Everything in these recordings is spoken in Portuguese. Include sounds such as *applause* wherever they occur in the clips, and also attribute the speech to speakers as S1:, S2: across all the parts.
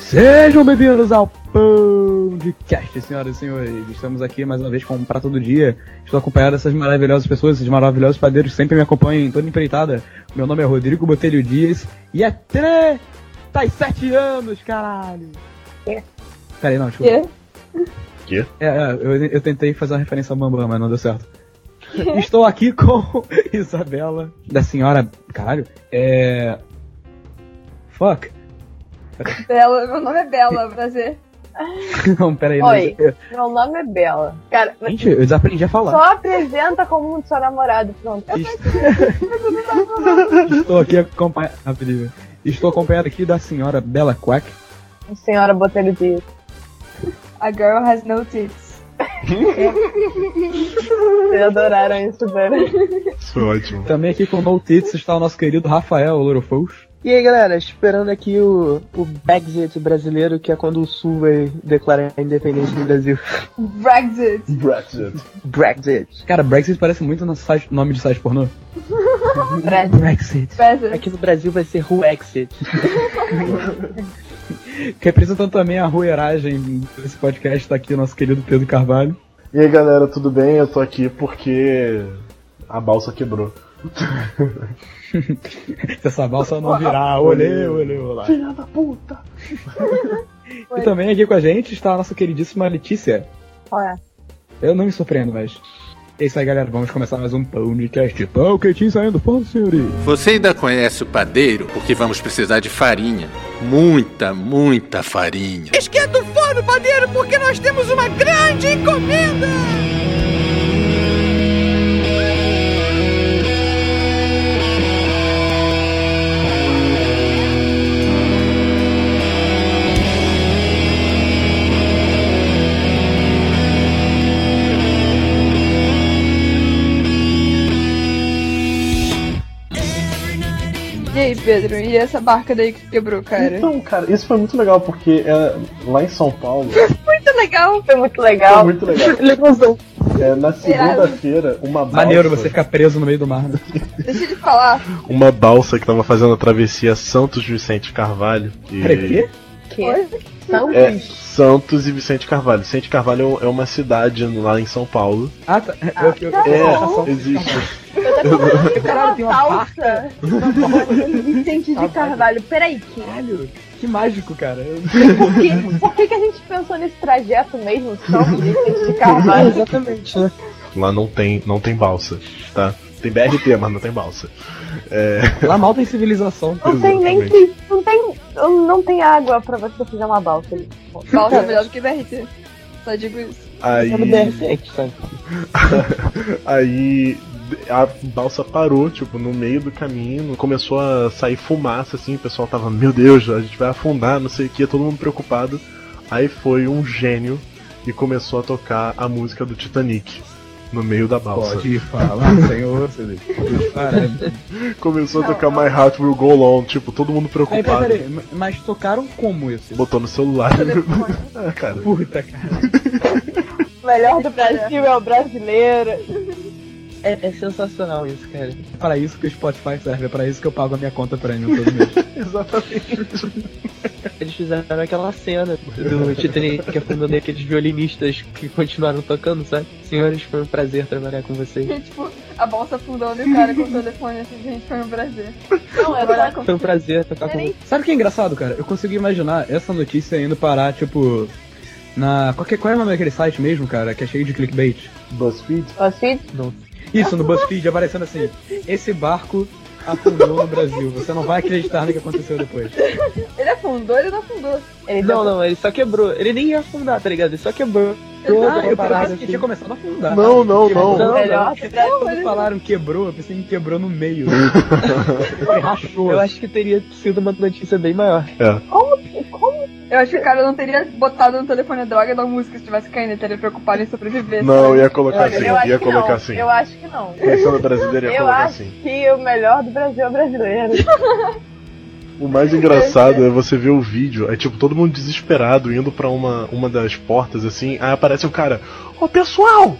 S1: Sejam bem-vindos ao Pão de Cast, senhoras e senhores. Estamos aqui mais uma vez com um prato do dia. Estou acompanhado dessas maravilhosas pessoas, esses maravilhosos padeiros que sempre me acompanham em toda empreitada. Meu nome é Rodrigo Botelho Dias e é 37 anos, caralho!
S2: É.
S1: Peraí, não, desculpa.
S2: Quê?
S1: É, é, eu, eu tentei fazer uma referência ao Bambam, mas não deu certo. *laughs* Estou aqui com *laughs* Isabela, da senhora. Caralho, é. Fuck. *laughs*
S2: Bela, meu nome é Bela, prazer.
S1: Não, peraí, não.
S2: Oi.
S1: eu-
S2: Meu nome é Bela. Cara, mas
S1: Gente, eu desaprendi a falar.
S2: só apresenta como um seu namorado, pronto. Eu
S1: Est- Estou aqui acompanhado. Rapidinho. Estou acompanhado aqui da senhora Bela Quack.
S2: sou senhora Botelho Dias. A girl has no tits. Vocês adoraram isso, velho.
S3: Isso foi ótimo.
S1: Também aqui com o No Tits está o nosso querido Rafael Lorofous.
S4: E aí galera, esperando aqui o, o Brexit brasileiro, que é quando o Sul vai declarar a independência do Brasil. *laughs*
S2: Brexit.
S3: *laughs* Brexit.
S4: Brexit.
S1: Cara, Brexit parece muito no site- nome de site pornô.
S2: Brexit.
S1: Brexit.
S4: Aqui no Brasil vai ser *laughs* Ruexit.
S1: Representando também a rueragem desse podcast, está aqui o nosso querido Pedro Carvalho.
S3: E aí galera, tudo bem? Eu tô aqui porque a balsa quebrou.
S1: Se essa balsa não virar, olê, olê, olá.
S3: Filha da puta!
S1: E também aqui com a gente está a nossa queridíssima Letícia.
S2: Olha,
S1: Eu não me surpreendo, mas. É isso aí, galera. Vamos começar mais um pão de cast. Pão quentinho saindo, pão, senhores.
S5: Você ainda conhece o padeiro? Porque vamos precisar de farinha. Muita, muita farinha.
S6: E aí, Pedro, e essa barca daí que quebrou, cara?
S3: Então, cara, isso foi muito legal porque é, lá em São
S1: *laughs*
S3: Paulo
S6: Muito legal!
S2: foi muito
S3: foi
S2: legal.
S3: muito legal.
S4: Ele gostou.
S3: É, na segunda-feira, uma balsa.
S1: Maneiro você ficar preso no meio do mar. né?
S6: Deixa ele falar.
S3: Uma balsa que tava fazendo a travessia Santos Vicente Carvalho. E...
S1: Peraí, quê?
S2: Que?
S3: É, Santos e Vicente Carvalho. Vicente Carvalho é uma cidade lá em São Paulo.
S1: Ah, tá. Eu- eu-
S3: É, existe.
S1: Caralho, tem uma
S2: Salsa. Vicente de Carvalho. Peraí, que?
S1: Caralho, que mágico, cara.
S3: *laughs*
S2: Por que, por que, que a gente pensou nesse trajeto mesmo? São Vicente de Carvalho.
S4: exatamente, né?
S3: Lá não tem, não tem balsa, tá? Tem BRT, mas não tem balsa.
S1: Lá mal tem civilização.
S2: Não tem nem que. Não tem, não tem água pra você fazer uma balsa. ali.
S6: Balsa é melhor do que BRT. Só digo
S3: *laughs*
S6: isso.
S3: Aí...
S4: É do BRT, sabe?
S3: Aí a balsa parou, tipo, no meio do caminho, começou a sair fumaça, assim, o pessoal tava, meu Deus, a gente vai afundar, não sei o que, todo mundo preocupado. Aí foi um gênio e começou a tocar a música do Titanic no meio da balsa.
S1: Pode falar, senhor. Caralho.
S3: Começou a tocar My Heart Will Go On, tipo, todo mundo
S1: Aí,
S3: preocupado.
S1: peraí, mas tocaram como isso?
S3: Botou no celular. *laughs* Ah, cara.
S1: Puta, cara.
S2: O melhor do Brasil é o brasileiro.
S4: É, é sensacional isso, cara.
S1: É pra isso que o Spotify serve, é pra isso que eu pago a minha conta premium todo
S3: *laughs*
S1: mês.
S3: Exatamente.
S4: Eles fizeram aquela cena do Titanic que afundando aqueles violinistas que continuaram tocando, sabe? Senhores, foi um prazer trabalhar com vocês.
S6: E, tipo, a balsa afundando e o cara com o telefone assim, gente, foi um prazer.
S2: Não, é
S6: Agora,
S2: da
S6: com...
S4: Foi um prazer tocar com vocês.
S1: Sabe o que é engraçado, cara? Eu consigo imaginar essa notícia indo parar, tipo. Na. Qualquer, qual é o nome daquele site mesmo, cara? Que é cheio de clickbait.
S3: BuzzFeed?
S2: BuzzFeed.
S1: Isso, no BuzzFeed aparecendo assim: Esse barco afundou no Brasil. Você não vai acreditar no que aconteceu depois.
S6: Ele afundou, ele não afundou.
S2: Ele
S4: Não, não, ele só quebrou. Ele nem ia afundar, tá ligado? Ele só quebrou.
S1: Ah, eu
S4: parada, assim.
S1: pensava que tinha começado a afundar.
S3: Não, não, não.
S2: é o
S4: não,
S2: melhor do Brasil.
S1: Quando falaram quebrou, eu pensei em quebrou no
S3: *laughs*
S1: meio. Ele rachou.
S4: Eu acho que teria sido uma notícia bem maior.
S6: Eu acho que o cara não teria botado no telefone a droga da música se tivesse caindo, ele teria preocupado em sobreviver.
S3: Não,
S6: sabe?
S3: ia colocar
S2: Olha,
S3: assim,
S2: eu acho
S3: ia
S2: que
S3: colocar
S2: não.
S3: assim.
S2: Eu acho que não.
S3: Pensando brasileiro, ia
S2: Eu
S3: colocar
S2: acho
S3: assim.
S2: que o melhor do Brasil é o brasileiro.
S3: O mais engraçado é você ver o vídeo, é tipo todo mundo desesperado indo pra uma, uma das portas assim, aí aparece o cara: Ô pessoal,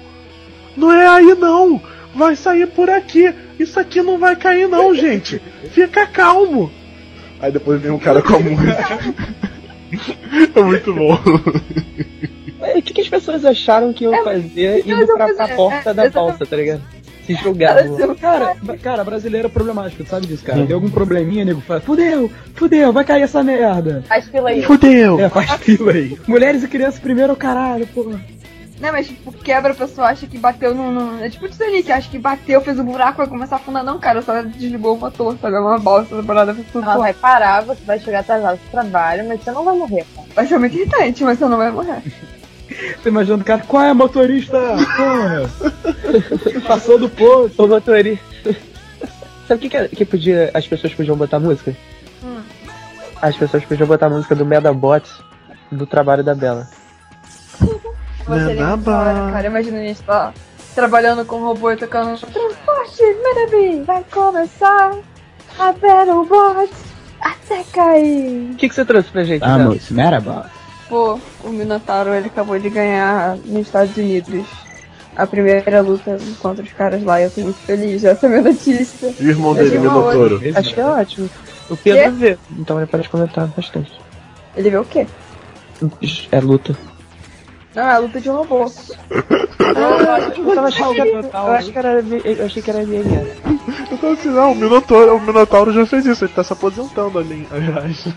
S3: não é aí não, vai sair por aqui, isso aqui não vai cair não, gente, fica calmo. Aí depois vem um cara com a música. *laughs* É muito bom.
S4: Mas O que, que as pessoas acharam que iam
S2: É,
S4: fazer
S2: que elas
S4: indo
S2: iam
S4: pra,
S2: fazer?
S4: pra porta
S2: É,
S4: da
S2: exatamente.
S4: balsa, tá ligado? Se julgavam.
S2: Elas iam-
S1: Cara, ba- cara, brasileiro é problemático, tu sabe disso, cara. Tem algum probleminha, nego fala, fudeu, fudeu, vai cair essa merda.
S7: Faz fila aí.
S3: Fudeu!
S1: É, *laughs* faz fila aí. Mulheres e crianças primeiro, caralho, porra.
S2: Né, mas tipo, quebra, a pessoa acha que bateu no. no- É tipo o Titanic, acha que bateu, fez um buraco, vai começar a afundar. Não, cara, só desligou o motor, sabe? É uma bosta da parada, foi tudo
S7: Ela
S2: correto.
S7: vai parar, você vai chegar atrasado pro trabalho, mas você não vai morrer, cara.
S2: Vai ser muito irritante, mas você não vai morrer.
S1: Tô imaginando, cara, qual é motorista? Porra. Passou do posto.
S4: Ô, Motori. *laughs* Sabe o que, é, que, que podia, as pessoas podiam botar música?
S2: Hum.
S4: As pessoas podiam botar música do Medabot do trabalho da Bela.
S2: Você nem
S3: Nanaba.
S2: fora, cara. Imagina a gente lá trabalhando com o robô e tocando. um Transporte, Manabi! Vai começar a Battlebot até cair!
S4: O que, que você trouxe pra gente, Bela?
S1: merda.
S2: Pô, o Minotauro ele acabou de ganhar nos Estados Unidos a primeira luta contra os caras lá. Eu tô muito feliz dessa minha notícia.
S3: E o irmão dele,
S2: Ele falou.
S3: Minotouro?
S4: Acho que é ótimo. O Pedro vê. Então ele pode comentar bastante.
S2: Ele vê o quê?
S4: É luta.
S2: Não, é a luta de um robô. Ah,
S4: Eu, tava achando que era, eu, acho que era, eu achei que era MMA.
S3: Então, assim, não, o Minotauro, o Minotauro já fez isso, ele tá se aposentando ali, aliás.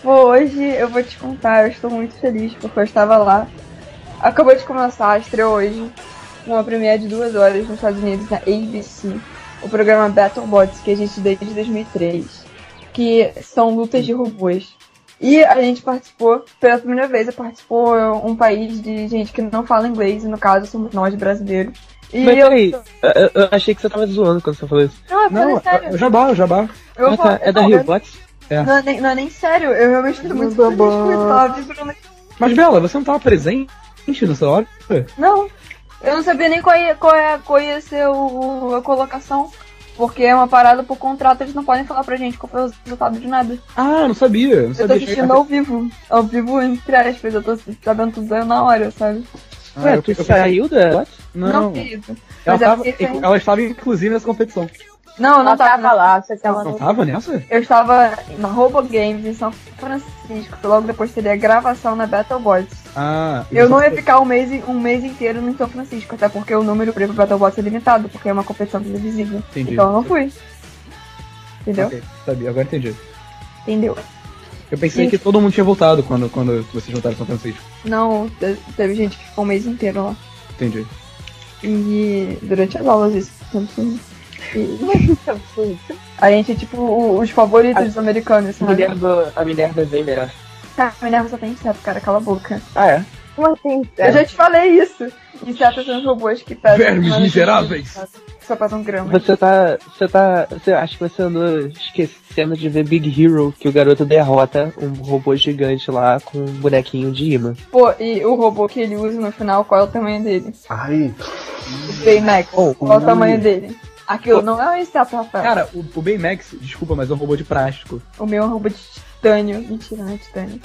S2: Pô, hoje eu vou te contar, eu estou muito feliz porque eu estava lá. Acabou de começar, estreou hoje, uma premiere de duas horas nos Estados Unidos, na ABC, o programa BattleBots, que a gente desde 2003, que são lutas de robôs. E a gente participou, pela primeira vez, participou um país de gente que não fala inglês, e no caso somos nós brasileiros. E
S4: Mas
S2: eu,
S4: peraí, eu, eu achei que você tava zoando quando você falou isso.
S2: não, eu
S1: Não,
S2: falei sério.
S1: é o Jabá, é o Jabá.
S2: Eu
S4: Ah,
S2: vou
S4: tá,
S2: falar-
S4: é da
S2: não, né?
S4: Rio
S2: eu-
S4: Bots?
S2: Não, é nem- não é nem sério, eu realmente estou muito feliz com isso, sabe? Por um
S1: Mas, Bela, você não tava presente nessa hora?
S2: Não, eu não sabia nem qual ia, qual ia, qual ia ser o, o- a colocação. Porque é uma parada por contrato, eles não podem falar pra gente qual foi o resultado de nada.
S1: Ah, não sabia. Não
S2: Eu tô
S1: sabia.
S2: assistindo ao vivo. Ao vivo, entre aspas, eu tô sabendo tudo aí na hora, sabe?
S1: Ah,
S4: Ué,
S1: eu-
S4: tu
S1: eu-
S4: saiu da Bots?
S1: Não,
S2: querido.
S1: ela,
S2: Mas é
S1: tava,
S2: porque tem-
S1: ela estava inclusive nessa competição.
S2: Não, não
S7: Ela
S2: tava.
S7: tava
S2: Não.
S7: lá, só que ela
S1: Não
S7: não.
S1: tava nessa?
S2: Eu estava na Robo Games em São Francisco, que logo depois teria gravação na BattleBots.
S1: Ah,
S2: Eu não ia ficar um mês, em- um mês inteiro em São Francisco, até porque o número pra ir pro BattleBots é limitado, porque é uma competição televisível.
S1: Entendi.
S2: Então eu não fui. Entendeu?
S1: Ok, sabia, agora entendi.
S2: Entendeu?
S1: Eu pensei
S2: Gente.
S1: que todo mundo tinha voltado quando, quando vocês voltaram em São Francisco.
S2: Não, te- teve gente que ficou um mês inteiro lá.
S1: Entendi.
S2: E durante as aulas, isso. Samsung. E *laughs*
S7: Absurdo.
S2: a gente é tipo o- os favoritos
S4: A-
S1: Ah.
S2: dos americanos,
S4: A
S1: Uhum.
S2: sabe?
S4: Minerva, a Minerva veio melhor.
S2: Tá, Minerva só tem inseto, cara, cala a boca.
S4: Ah, é?
S7: Como assim?
S2: Eu já te falei isso. Insetos são os robôs que pesam.
S1: Vermes miseráveis!
S2: Só pesam grama.
S4: Você tá. Você tá. Você acha que você andou esquecendo de ver Big Hero, que o garoto derrota um robô gigante lá com um bonequinho de imã.
S2: Pô, e o robô que ele usa no final, qual é o tamanho dele?
S3: Ai,
S2: O Baymax,
S4: Oh,
S2: qual é o
S4: hum.
S2: tamanho dele? Aquilo não é um inseto, Rafael.
S1: Cara, o, o Baymax, desculpa, mas é um robô de plástico.
S2: O meu é um robô de titânio. Mentira, não é titânio.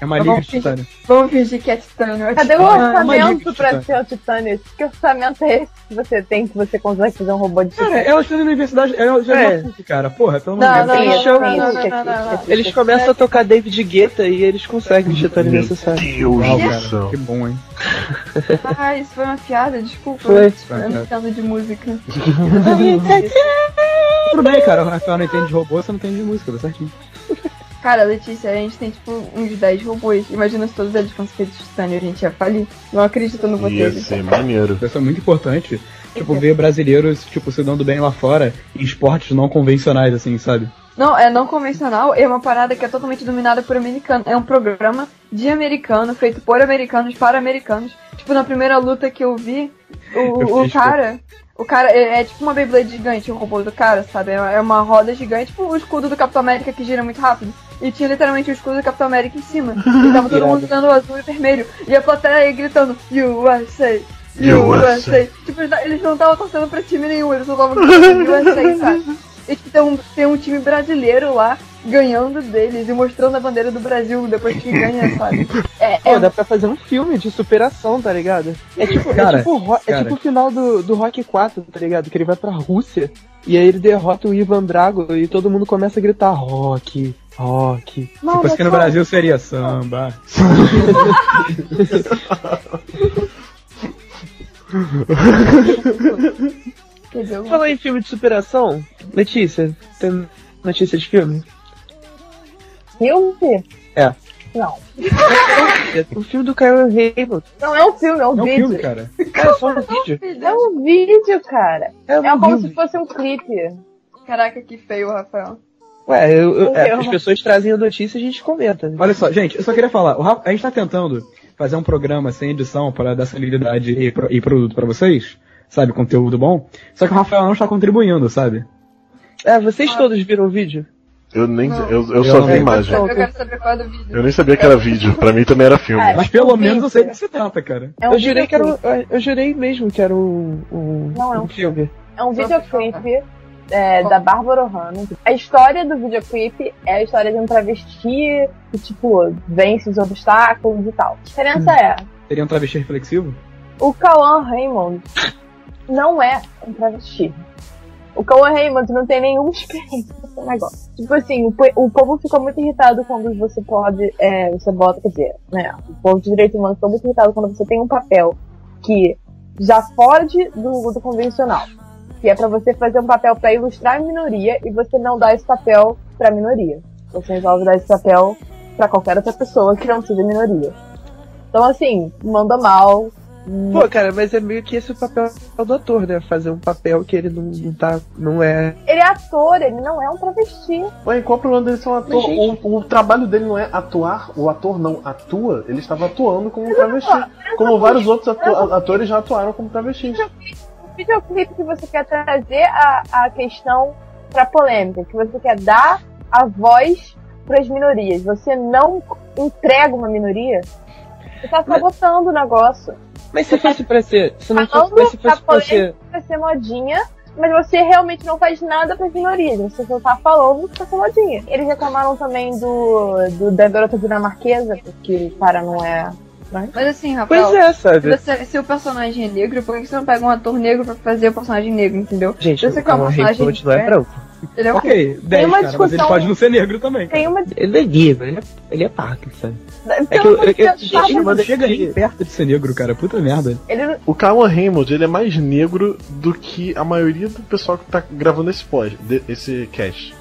S1: É uma
S2: Tá
S1: liga
S2: bom,
S1: de titânio.
S2: Vamos fingir que é titânio. É
S7: Cadê o
S2: titânio.
S1: dica
S7: orçamento
S1: de
S7: pra
S1: Titanic.
S7: ser o Titanic? Que orçamento é esse que você tem que você consegue fazer um robô de
S1: Cara, é
S7: Titanic?
S1: ela está na universidade, ela já
S4: É.
S1: é. uma puta, cara. Porra, pelo amor
S2: Não,
S1: de
S2: não,
S1: Deus.
S2: não,
S4: Eles chamam-
S2: não, não, não, não, não.
S4: Eles começam a tocar David Guetta e eles conseguem o titânio
S3: Meu
S4: necessário.
S3: Deus
S1: Uau,
S3: do
S1: cara,
S3: céu.
S1: que bom, hein?
S2: Ah, isso foi uma piada, desculpa.
S4: Foi.
S2: Eu não entendo de música.
S1: Tudo bem, cara. O Rafael não entende de robô, você não entende de música, tá certinho.
S2: Cara, Letícia, a gente tem tipo uns 10 robôs. Imagina se todos eles fossem feitos de titânio, a gente ia falir. Não acredito no
S3: Ia
S2: vocês.
S3: ser maneiro.
S1: Isso é muito importante.
S2: É.
S1: Tipo, ver brasileiros, tipo, se dando bem lá fora em esportes não convencionais, assim, sabe?
S2: Não, é não convencional, é uma parada que é totalmente dominada por americano. É um programa de americano, feito por americanos, para americanos. Tipo, na primeira luta que eu vi,
S1: Eu
S2: o, o
S1: fiz,
S2: cara. O cara é, é tipo uma Beyblade gigante, o robô do cara, sabe? É é uma roda gigante, tipo o escudo do Capitão América que gira muito rápido. E tinha literalmente o escudo do Capitão América em cima. E tava
S1: *laughs*
S2: todo mundo dando azul e vermelho. E a plateia gritando, USA! USA! Tipo, eles eles não estavam torcendo pra time nenhum, eles só estavam gritando
S4: *laughs*
S2: USA, sabe? E tipo, tem um, tem um time brasileiro lá ganhando deles e mostrando a bandeira do Brasil depois que ganha, sabe? É,
S4: Pô,
S2: é
S4: dá pra fazer um filme de superação, tá ligado? É tipo,
S1: Cara,
S4: é tipo, o Ro- é
S1: cara.
S4: tipo o final do, do Rock 4, tá ligado? Que ele vai pra Rússia E aí ele derrota o Ivan Drago e todo mundo começa a gritar rock, rock.
S1: Se fosse aqui Tipo, no
S2: Mano,
S1: Brasil seria samba.
S2: Quer dizer, eu-
S4: Falar em filme de superação, Letícia, tem notícia de filme?
S7: Eu vi.
S4: É.
S7: Não.
S4: O filme do Kyle Hamilton.
S7: Não é um filme, é um
S1: É um
S7: vídeo.
S1: filme, cara.
S4: É só
S7: *laughs*
S4: um vídeo.
S7: É um vídeo, cara.
S4: É
S7: É
S4: um
S7: como
S4: vídeo.
S7: se fosse um clipe.
S2: Caraca, que feio, Rafael.
S4: Ué, eu- eu- é,
S7: Eu-
S4: as pessoas trazem a notícia e a gente comenta. né?
S1: Olha só, gente, eu só queria falar, o Rafa- a gente tá tentando fazer um programa sem edição para dar solidariedade e, pro- e produto pra vocês, sabe, conteúdo bom, só que o Rafael não está contribuindo, sabe?
S4: É, vocês
S7: Ah.
S4: todos viram o vídeo?
S3: Eu nem.
S2: Não.
S3: Eu, eu
S1: Eu
S3: só
S1: não
S3: vi
S1: vi.
S3: imagem.
S2: Eu quero saber qual é do vídeo.
S3: Eu nem sabia que era vídeo, pra mim também era filme.
S7: Ah,
S1: Mas pelo
S7: um
S1: menos eu sei do
S7: vídeo.
S1: que se trata, cara.
S7: É um
S4: eu jurei que era
S7: videoclipe.
S4: um, eu- eu jurei mesmo que era um, um,
S7: Não, é um
S4: filme.
S7: É um videoclipe é,
S2: Qual?
S7: da Bárbara O'Hara. A história do videoclipe é a história de um travesti que, tipo, vence os obstáculos e tal. A diferença é,
S1: Seria um travesti reflexivo?
S7: o Cauã Raymond não é um travesti. O Cauã Raymond não tem nenhuma experiência com esse negócio. Tipo assim, o, po- o povo ficou muito irritado quando você pode, é, você bota, quer dizer, né, o povo de direitos humanos ficou muito irritado quando você tem um papel que já foge do, do convencional. Que é pra você fazer um papel pra ilustrar a minoria e você não dá esse papel pra minoria. Você resolve dar esse papel pra qualquer outra pessoa que não seja minoria. Então assim, manda mal.
S4: Pô, cara, mas é meio que esse o papel do ator, né? Fazer um papel que ele não, não tá. não é.
S7: Ele é ator, ele não é um travesti.
S3: Ué, qual o problema dele ser um ator?
S4: Mas,
S3: O, o trabalho dele não é atuar, o ator não atua, ele estava atuando como um travesti. Como vários outros atu- atores já atuaram como travestis.
S7: O videoclipe que você quer trazer a, a questão pra polêmica, que você quer dar a voz pras minorias. Você não entrega uma minoria, você tá sabotando o negócio.
S4: Mas se fosse pra ser. Se não fosse,
S7: Falando
S4: mas se
S7: da
S4: fosse pra ser.
S7: Pra ser modinha, mas você realmente não faz nada pras minorias. Você só tá falando pra ser modinha. Eles reclamaram também do, do- da garota dinamarquesa, porque o cara não é.
S2: Mas assim, Rafael,
S4: Pois é, sabe?
S2: você- se o personagem é negro, por que você não pega um ator negro pra fazer o personagem negro, entendeu?
S4: Gente,
S2: Eu
S4: o
S2: sei que é uma
S4: Cauã
S2: personagem
S4: Hamilton não é branco.
S2: Ele é o quê?
S1: Ok, 10,
S7: uma
S1: cara, mas ele
S7: discussão-
S1: pode não ser negro também.
S7: Tem uma.
S4: Ele é negro, ele é, ele é pardo, sabe? É que,
S7: Pelo
S4: eu-
S7: amor
S4: é
S7: de
S4: que a
S7: Deus,
S4: gente
S7: Bárbara,
S1: Ele não
S4: manda
S1: chega nem perto de ser negro, cara, puta merda.
S7: ele
S3: O Callum Raymond, ele é mais negro do que a maioria do pessoal que tá gravando esse, pod, de- esse cast.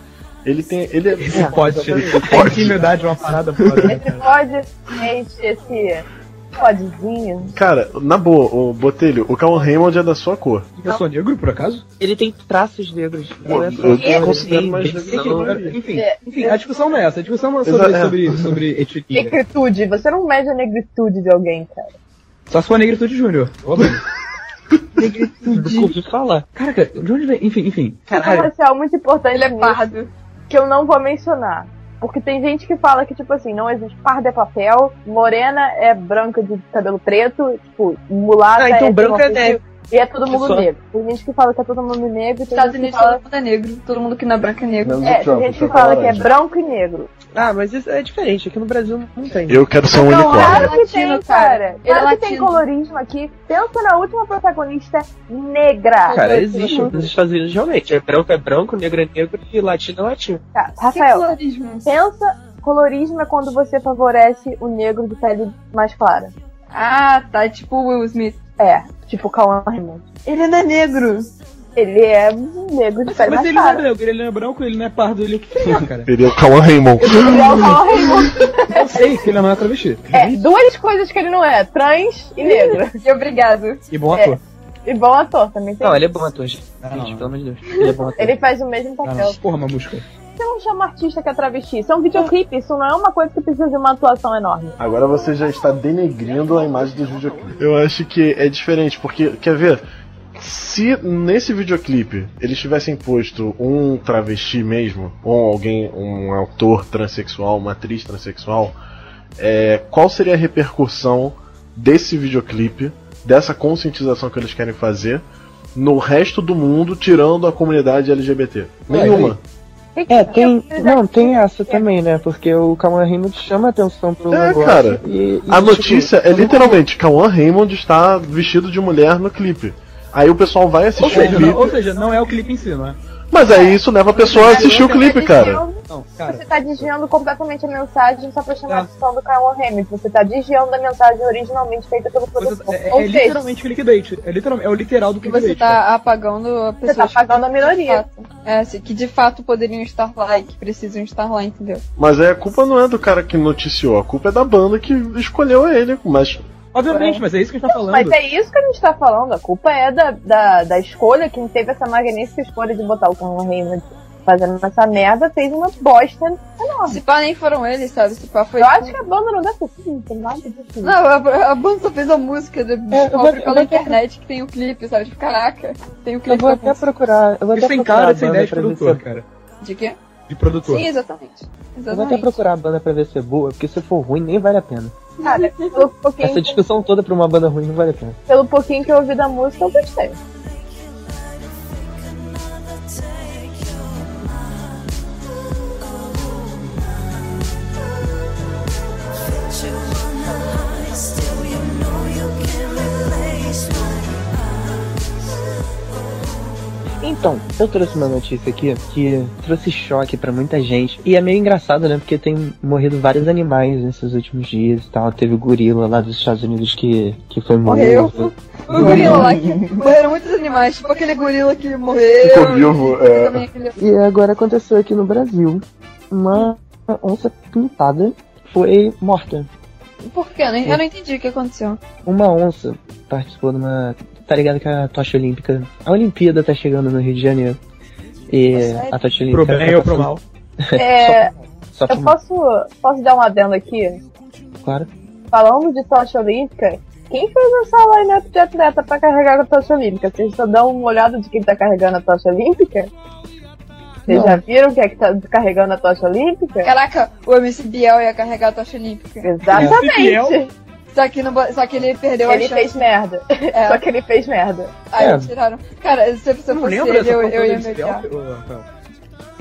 S3: Ele tem. Ele é.
S1: Esse pode ser. A intimidade é uma *laughs* parada foda, né,
S7: Esse
S1: cara.
S7: pode, gente, esse podzinho.
S3: Cara, na boa, o Botelho, o Callum Raymond é da sua cor.
S1: Eu sou negro, por acaso?
S4: Ele tem traços negros.
S3: Eu-
S4: né?
S3: eu
S4: Ele
S3: considero
S4: tem
S3: mais
S4: intenção.
S3: negro que branco.
S1: Enfim, enfim, a discussão não é essa. A discussão não é sobre,
S3: Exato, é.
S1: sobre, sobre etnia.
S7: Negritude, você não mede a negritude de alguém, cara.
S1: Só se for negritude júnior. *laughs*
S4: Nunca ouvi falar.
S1: Caraca, de onde vem? Enfim, enfim.
S7: Tem um racial muito importante
S2: Ele é
S7: nisso,
S2: pardo.
S7: que eu não vou mencionar. Porque tem gente que fala que, tipo assim, não existe parda é papel, morena é branca de cabelo preto, tipo, mulata
S4: Ah, então
S7: é
S4: branco é
S7: terrorismo,
S4: negro.
S7: E é todo mundo
S4: Só.
S7: negro. Tem gente que fala que é todo mundo negro, e tem
S2: Estados
S7: gente que
S2: Unidos
S7: fala...
S2: todo mundo é negro, todo mundo que não é branco é negro.
S7: É, tem gente que fala que é branco e negro.
S4: Ah, mas isso é diferente. Aqui no Brasil não tem.
S3: Eu quero ser um
S2: Não,
S3: unicórnio.
S7: Claro que
S2: Latino,
S7: tem,
S2: cara.
S7: cara.
S2: Ele é
S7: Claro que tem
S2: latino.
S7: colorismo aqui. Pensa na última protagonista negra.
S4: Cara, existe nos Estados Unidos realmente. É branco é branco, negro é negro e latino é latino.
S7: Tá,
S2: Que
S7: Rafael,
S2: colorismo.
S7: pensa colorismo é quando você favorece o negro de pele mais clara.
S2: Ah, tá, é tipo o Will Smith.
S7: É, tipo o Cauã Raymond.
S2: Ele não é negro.
S7: Ele é negro de
S1: Mas
S7: pele mais
S1: ele não é
S7: clara.
S1: branco, ele não é branco, ele não é pardo, ele é o que que ele é,
S3: *laughs*
S1: cara?
S3: Ele é o Callum Raymond.
S7: Ele é o Cauã Raymond.
S1: Eu sei que ele não é travesti.
S7: É, duas coisas que ele não é, trans e negro.
S2: *laughs* E obrigado.
S1: E bom ator.
S7: E bom ator também tem.
S4: Não, ele é bom ator, gente.
S1: Não, não, não.
S4: Pelo amor de Deus. Ele é bom ator.
S7: Ele faz É o mesmo
S1: Ah,
S7: papel.
S1: não. Porra, mamusca.
S7: Você não chama artista que é travesti. Isso é um videoclipe, isso não é uma coisa que precisa de uma atuação enorme.
S3: Agora você já está denegrindo a imagem dos videoclipes. Eu acho que é diferente, porque, quer ver? Se nesse videoclipe eles tivessem posto um travesti mesmo, ou alguém, um autor transexual, uma atriz transexual, é, qual seria a repercussão desse videoclipe, dessa conscientização que eles querem fazer, no resto do mundo, tirando a comunidade LGBT?
S1: Ué,
S3: Nenhuma.
S7: Que que-
S4: É, tem. Não, tem essa também, né? Porque o Cauã Raymond chama atenção pro
S3: É,
S4: negócio.
S3: cara.
S4: E, e,
S3: A
S4: tipo,
S3: notícia é literalmente: Cauã Raymond está vestido de mulher no clipe. Aí o pessoal vai
S1: Ou
S3: assistir o
S1: seja,
S3: clipe.
S1: não, ou seja, não é o clipe em si, não é?
S3: Mas aí isso leva a pessoa a assistir o
S7: é
S3: clipe, cara.
S1: Não, cara.
S7: Você tá desviando completamente a mensagem só pra chamar
S1: Tá.
S7: a atenção do Kyle Hammett. Você tá desviando da mensagem originalmente feita pelo produtor.
S1: Você- é,
S7: Ou
S1: é
S7: seja,
S1: literalmente o clickbait. É, literal, é o literal do
S2: que você
S1: clickbait. cara.
S2: tá apagando a pessoa.
S7: tá apagando a minoria.
S2: É, assim, que de fato poderiam estar lá e que precisam estar lá, entendeu?
S3: Mas aí a culpa não é do cara que noticiou, a culpa é da banda que escolheu ele. Mas
S1: Obviamente, mas é isso que a gente tá
S7: mas
S1: falando.
S7: é isso que a gente tá falando. A culpa é da, da, da escolha. Quem teve essa magnífica escolha de botar o Kyle Hammett fazendo essa merda fez uma bosta.
S2: Se pá, nem foram eles, sabe? Se pá, foi. tipo-
S7: Eu acho que a banda não deve ter sido, não tem nada disso.
S2: Não, a, a banda só fez a música de
S4: É, eu vou-
S2: descobre
S4: eu
S2: pela
S4: vou-
S2: internet que tem o clipe, sabe? Tipo, caraca, tem o
S4: Eu
S2: clipe
S4: vou
S2: da
S4: até
S2: música.
S4: procurar. Eu vou até
S1: Isso tem
S4: procurar
S1: cara
S4: a
S1: de ser
S4: banda
S1: ideia de
S4: pra ver se-
S1: produtor, cara.
S2: De quê?
S1: De produtor.
S2: Sim, exatamente.
S4: Eu vou até
S2: Exatamente.
S4: procurar a banda pra ver se é boa, porque se for ruim, nem vale a pena.
S7: Cara, pelo pouquinho,
S4: Essa discussão toda pra uma banda ruim não vale a pena.
S7: pelo pouquinho que eu ouvi da música, eu gostei.
S4: Então, eu trouxe uma notícia aqui que trouxe choque pra muita gente. E é meio engraçado, né? Porque tem morrido vários animais nesses últimos dias e tal. Teve o gorila lá dos Estados Unidos que, que foi
S2: Morreu.
S4: morto.
S2: O gorila lá
S7: *laughs*
S2: que morreram muitos animais, tipo aquele gorila que
S3: ficou
S2: morreu.
S3: vivo,
S2: e
S3: é.
S2: também aquele-
S4: E agora aconteceu aqui no Brasil. Uma onça pintada foi morta.
S2: Por quê? Eu não- Eu não entendi o que aconteceu.
S4: Uma onça participou de uma. Tá ligado que a tocha olímpica. A Olimpíada tá chegando no Rio de Janeiro. E
S2: Sério?
S4: a tocha olímpica.
S1: Pro bem
S4: tá
S1: ou pro
S4: passando-
S1: mal.
S7: É,
S4: Só pro
S7: eu
S4: mal,
S7: posso, posso dar um adendo aqui?
S4: claro.
S7: Falando de tocha olímpica, quem fez essa line-up de atleta pra carregar a tocha olímpica? Vocês só dão uma olhada de quem tá carregando a tocha olímpica? Vocês já viram quem é que tá carregando a tocha
S4: É.
S7: olímpica?
S2: Caraca, o MC Biel ia carregar a tocha olímpica.
S4: É
S1: Fiel.
S7: Exatamente!
S2: Só que, no, ba- só que ele perdeu
S7: Ele
S2: a chance.
S7: fez merda.
S2: É,
S7: Só que ele fez merda.
S2: aí
S4: É.
S2: tiraram. Cara, se eu fosse
S1: Você não
S2: ele,
S1: lembra dessa
S2: é eu,
S1: foto
S2: eu ia
S1: do
S2: me
S1: Fiel,
S2: odiar.
S1: ô, Rafael?
S4: Lógico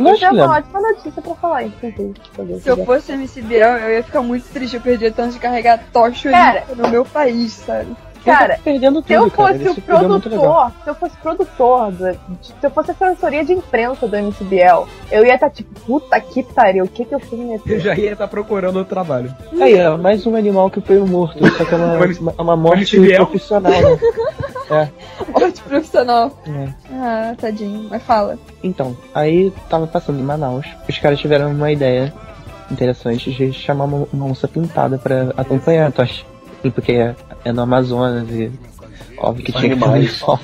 S7: Isso é
S4: que lembro.
S7: uma ótima notícia pra falar, inclusive.
S2: Se
S4: tá
S2: eu fosse MC Biel, eu ia ficar muito triste. Eu perdi a chance de carregar a tocha
S7: Cara.
S2: olímpica no meu país, sabe? *laughs*
S7: Cara,
S4: Ele tá perdendo tudo,
S7: Se eu
S4: cara.
S7: fosse
S4: Ele
S7: o
S4: se perdeu muito legal.
S7: produtor, se eu fosse produtor, do- se eu fosse a assessoria de imprensa do MC Biel, eu ia estar tipo, puta que pariu, o que que eu fui
S1: Eu
S7: meter?
S1: já ia estar procurando outro trabalho.
S4: Aí, ó, mais um animal que foi morto. Só que é uma,
S1: Mas-
S4: uma, uma
S1: mas
S4: morte
S1: é um- fiel?
S4: profissional, né?
S2: Morte profissional.
S4: É.
S2: Ah, tadinho. Mas fala.
S4: Então, aí tava passando em Manaus. Os caras tiveram uma ideia interessante de chamar uma, uma onça pintada pra acompanhar a tocha. E Porque é, é no Amazonas e. Óbvio que tinha que ter um
S3: Animais.
S4: animal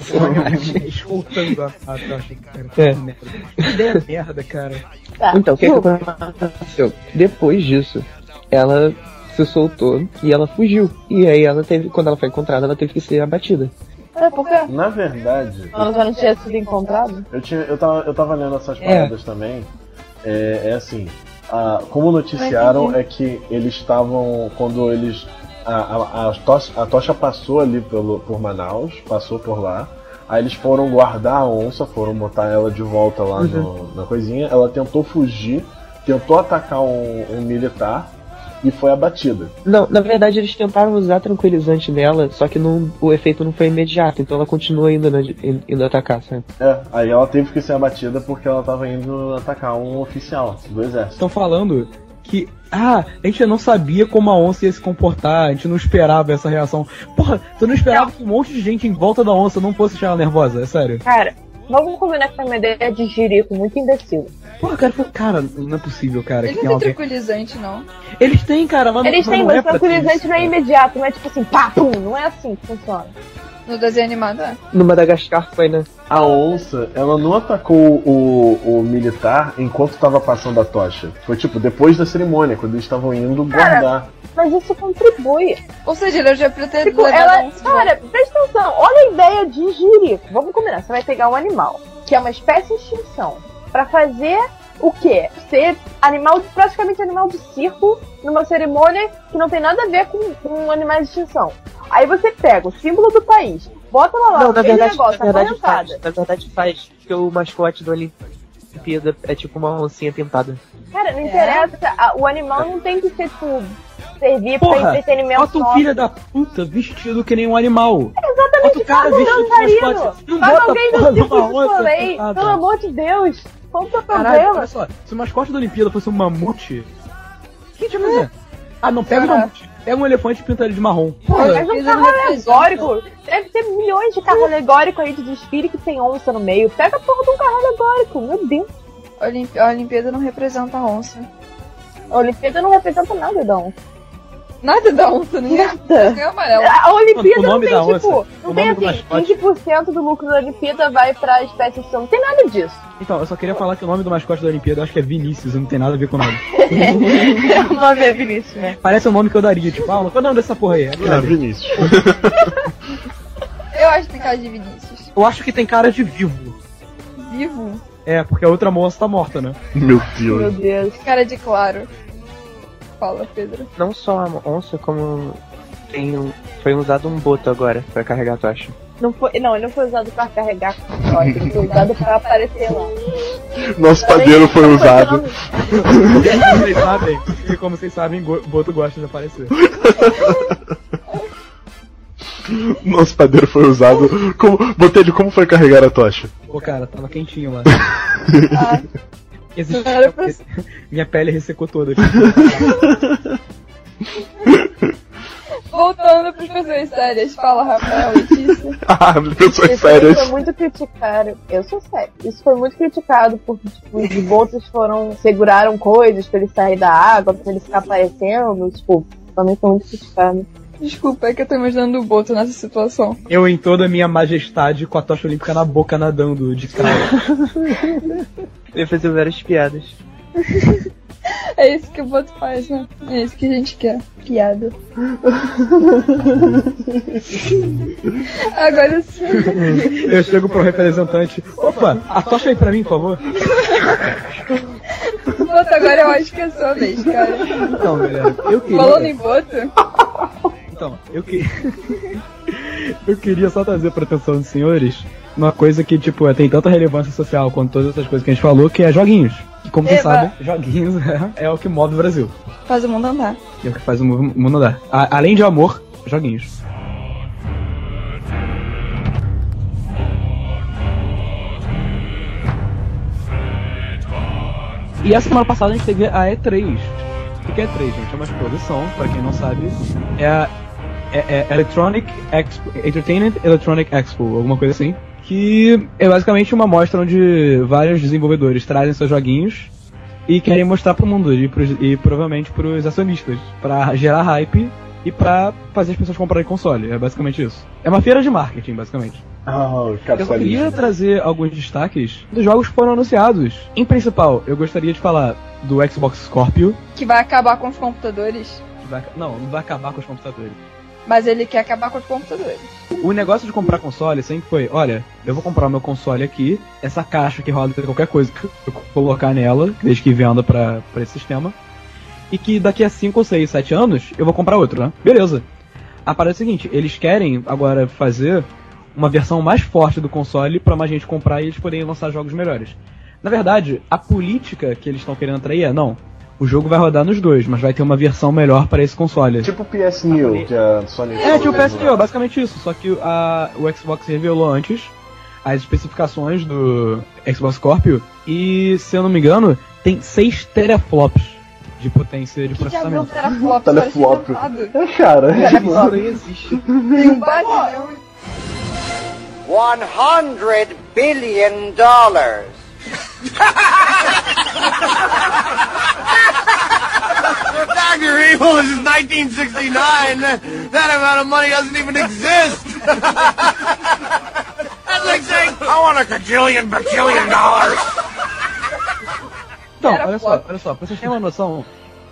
S1: *laughs*
S4: selvagem.
S1: Escoltando a, a tocha. cara.
S4: É.
S1: Que ideia merda, cara.
S7: Tá.
S4: Então, o que, que
S7: *laughs*
S4: aconteceu? Depois disso, ela se soltou e ela fugiu. E aí ela teve, quando ela foi encontrada, ela teve que ser abatida.
S7: É, por quê?
S3: Na verdade,
S7: Ela já não tinha sido encontrado?
S3: Eu, tinha, eu, tava, eu tava lendo essas
S4: É.
S3: paradas também. É, é assim, a- como noticiaram é que eles estavam. Quando eles. A, a, a, tocha, a tocha passou ali pelo, por Manaus, passou por lá. Aí eles foram guardar a onça, foram botar ela de volta lá no- na coisinha. Ela tentou fugir, tentou atacar um, um militar e foi abatida.
S4: Não, na verdade eles tentaram usar tranquilizante nela, só que não, o efeito não foi imediato, então ela continua indo, na- indo atacar, sabe?
S3: É, aí ela teve que ser abatida porque ela tava indo atacar um oficial do exército.
S1: estão falando que ah, a gente não sabia como a onça ia se comportar, a gente não esperava essa reação. Porra, tu não esperava que um monte de gente em volta da onça não fosse deixar ela nervosa, é sério.
S7: Cara, vamos combinar que a minha ideia de jirico, muito imbecil.
S1: Porra, cara, foi- cara, não é possível, cara.
S2: Ele
S1: que tem
S2: não tem
S1: alguém...
S2: tranquilizante, não.
S1: Eles têm, cara, mas
S7: Eles
S1: não,
S7: têm,
S1: mas
S7: mas
S1: não é pra ter
S7: tranquilizante
S1: isso,
S7: não é
S1: cara.
S7: imediato, não é tipo assim, pá, pum, não é assim que funciona.
S2: No desenho animado, é.
S4: No Madagascar foi, né?
S3: A onça, ela não atacou o, o militar enquanto tava passando a tocha. Foi tipo, depois da cerimônia, quando eles estavam indo guardar.
S7: Mas isso contribui.
S2: Ou seja, ele é já pretende
S7: Tipo, ela. Cara, presta atenção, olha a ideia de jirico. Vamos combinar, você vai pegar um animal, que é uma espécie em extinção, pra fazer o quê? Ser animal, praticamente animal de circo, numa cerimônia que não tem nada a ver com, com animais de extinção. Aí você pega o símbolo do país, bota lá, lá
S4: não, na
S7: aquele
S4: verdade,
S7: negócio,
S2: tá
S4: na verdade
S7: acorrentada.
S4: faz. Na verdade faz, porque o mascote do Olimpíada é tipo uma oncinha pintada.
S7: Cara,
S1: É.
S7: não interessa, a- o animal não tem que ser tipo. Servir
S1: Porra,
S7: pra entretenimento
S1: Bota um
S7: nosso.
S1: filho da puta vestido que nem um animal. Bota o cara
S7: Carlos
S1: vestido de
S7: Dantarino.
S1: mascote. Não
S7: Mas
S1: bota
S7: alguém
S1: a porra
S7: do
S1: de
S7: Circo
S1: uma
S7: de
S1: onça,
S7: Soleil,
S1: coitada.
S7: pelo amor de Deus, qual é o teu
S1: Caralho, olha
S7: problema?
S1: só, se o mascote da Olimpíada fosse um mamute, o que a gente ia fazer? Ah, não, pega um
S2: Caraca. né?
S1: mamute. Pega um elefante e pinta ele de marrom. Porra,
S7: Mas um
S2: Precisa
S7: carro
S2: de representa.
S7: alegórico, deve ter milhões de carro alegórico aí de desfile que tem onça no meio. Pega a porra de um carro alegórico, meu Deus.
S2: Olimp- A Olimpíada não representa a onça.
S7: A Olimpíada não representa nada, não.
S2: Nada da onça, nem
S7: Nada.
S2: é amarelo.
S7: A Olimpíada
S1: O nome
S7: não tem,
S1: da
S7: tipo,
S1: onça,
S7: não
S1: o
S7: tem
S1: nome do
S7: assim,
S1: mascote.
S7: 15% do lucro da Olimpíada vai pra espécie de Não tem nada disso.
S1: Então, eu só queria falar que o nome do mascote da Olimpíada eu acho que é Vinícius, não tem nada a ver com o nome.
S7: *laughs* O nome é Vinícius, né?
S1: Parece o nome que eu daria, tipo, ah, qual é o nome dessa porra aí?
S3: Ah, Vinícius.
S2: Eu acho que tem cara de Vinícius.
S1: Eu acho que tem cara de vivo.
S2: Vivo.
S1: É, porque a outra moça tá morta, né?
S3: Meu
S7: Meu
S3: Deus.
S7: Deus.
S2: Cara é de claro. Fala, Pedro.
S4: Não só a onça, como tem um- foi usado um boto agora pra carregar a tocha.
S7: Não, foi, não, ele não foi usado pra carregar só, ele foi usado pra aparecer lá.
S3: Nosso padeiro foi usado.
S1: Como vocês sabem, e como vocês sabem, Go- Boto gosta de aparecer.
S3: Nosso padeiro foi usado. Como... Botelho, como foi carregar a tocha? *laughs*
S1: Pô, cara, tava quentinho lá.
S2: *laughs* Ah,
S1: Existe-
S2: Não era pra-
S1: Minha pele ressecou toda. tipo.
S2: voltando pras pessoas sérias. Fala, Rafael, Letícia.
S3: Ah, pessoas
S7: Isso
S3: sérias.
S7: foi muito criticado. Eu sou sério. Isso foi muito criticado porque tipo, os botos foram seguraram coisas pra ele sair da água, pra ele ficar aparecendo, tipo, também foi muito criticado.
S2: Desculpa, é que eu tô imaginando o Boto nessa situação.
S1: Eu em toda a minha majestade com a tocha olímpica na boca nadando de cara.
S4: Ele fez várias piadas.
S2: É isso que o Boto faz, né? É isso que a gente quer. Piada. Agora sim.
S1: Eu chego pro representante. Opa, a tocha aí pra mim, por favor.
S2: Boto, agora eu acho que é sua vez, cara.
S1: Então, galera, eu queria.
S2: Falando em Boto,
S1: Então, eu que. *laughs* eu queria só trazer pra atenção dos senhores uma coisa que, tipo, tem tanta relevância social quanto todas essas coisas que a gente falou, que é joguinhos. Que, como vocês
S2: Eba.
S1: sabem, joguinhos *laughs* é, é o que move o Brasil.
S2: faz o mundo andar.
S1: E é o que faz o mu- mundo andar. A- além de amor, joguinhos. E essa semana passada a gente teve a E3. O que é E3, gente? É uma exposição, pra quem não sabe. É a é, é Electronic Expo, Entertainment Electronic Expo, alguma coisa assim. Que é basicamente uma mostra onde vários desenvolvedores trazem seus joguinhos e querem mostrar pro mundo e, pros, e provavelmente pros acionistas, pra gerar hype e pra fazer as pessoas comprarem console. É basicamente isso. É uma feira de marketing, basicamente.
S3: Ah, o
S1: Eu queria trazer alguns destaques dos jogos que foram anunciados. Em principal, eu gostaria de falar do Xbox Scorpio.
S2: Que vai acabar com os computadores.
S1: que vai ac- não, não vai acabar com os computadores.
S2: Mas ele quer acabar com os computadores.
S1: O negócio de comprar console sempre foi, olha, eu vou comprar o meu console aqui, essa caixa que roda qualquer coisa que eu colocar nela, desde que venda pra, pra esse sistema, e que daqui a 5 ou 6, 7 anos eu vou comprar outro, né? Beleza. A parada é a seguinte, eles querem agora fazer uma versão mais forte do console pra mais gente comprar e eles poderem lançar jogos melhores. Na verdade, a política que eles estão querendo atrair é, não, o jogo vai rodar nos dois, mas vai ter uma versão melhor pra esse console.
S3: Tipo o PS New, que a Sony
S1: Ah, É, tipo o PS New, basicamente isso. Só que a, o Xbox revelou antes as especificações do Xbox Scorpio e, se eu não me engano, tem 6 teraflops de potência de
S2: Que já viu o
S1: processamento.
S2: Teraflop?
S3: Teraflop.
S2: parece engraçado.
S3: É, *laughs* cara. é tipo-
S1: Isso aí existe.
S2: Tem um batalhão.
S8: 100 billion dollars.
S5: Dr. Evil, this is 1969. That amount of money doesn't even exist. *laughs* That's like saying, I want a gajillion, bajillion dollars.
S1: Então, olha só, olha só, pra vocês terem uma noção,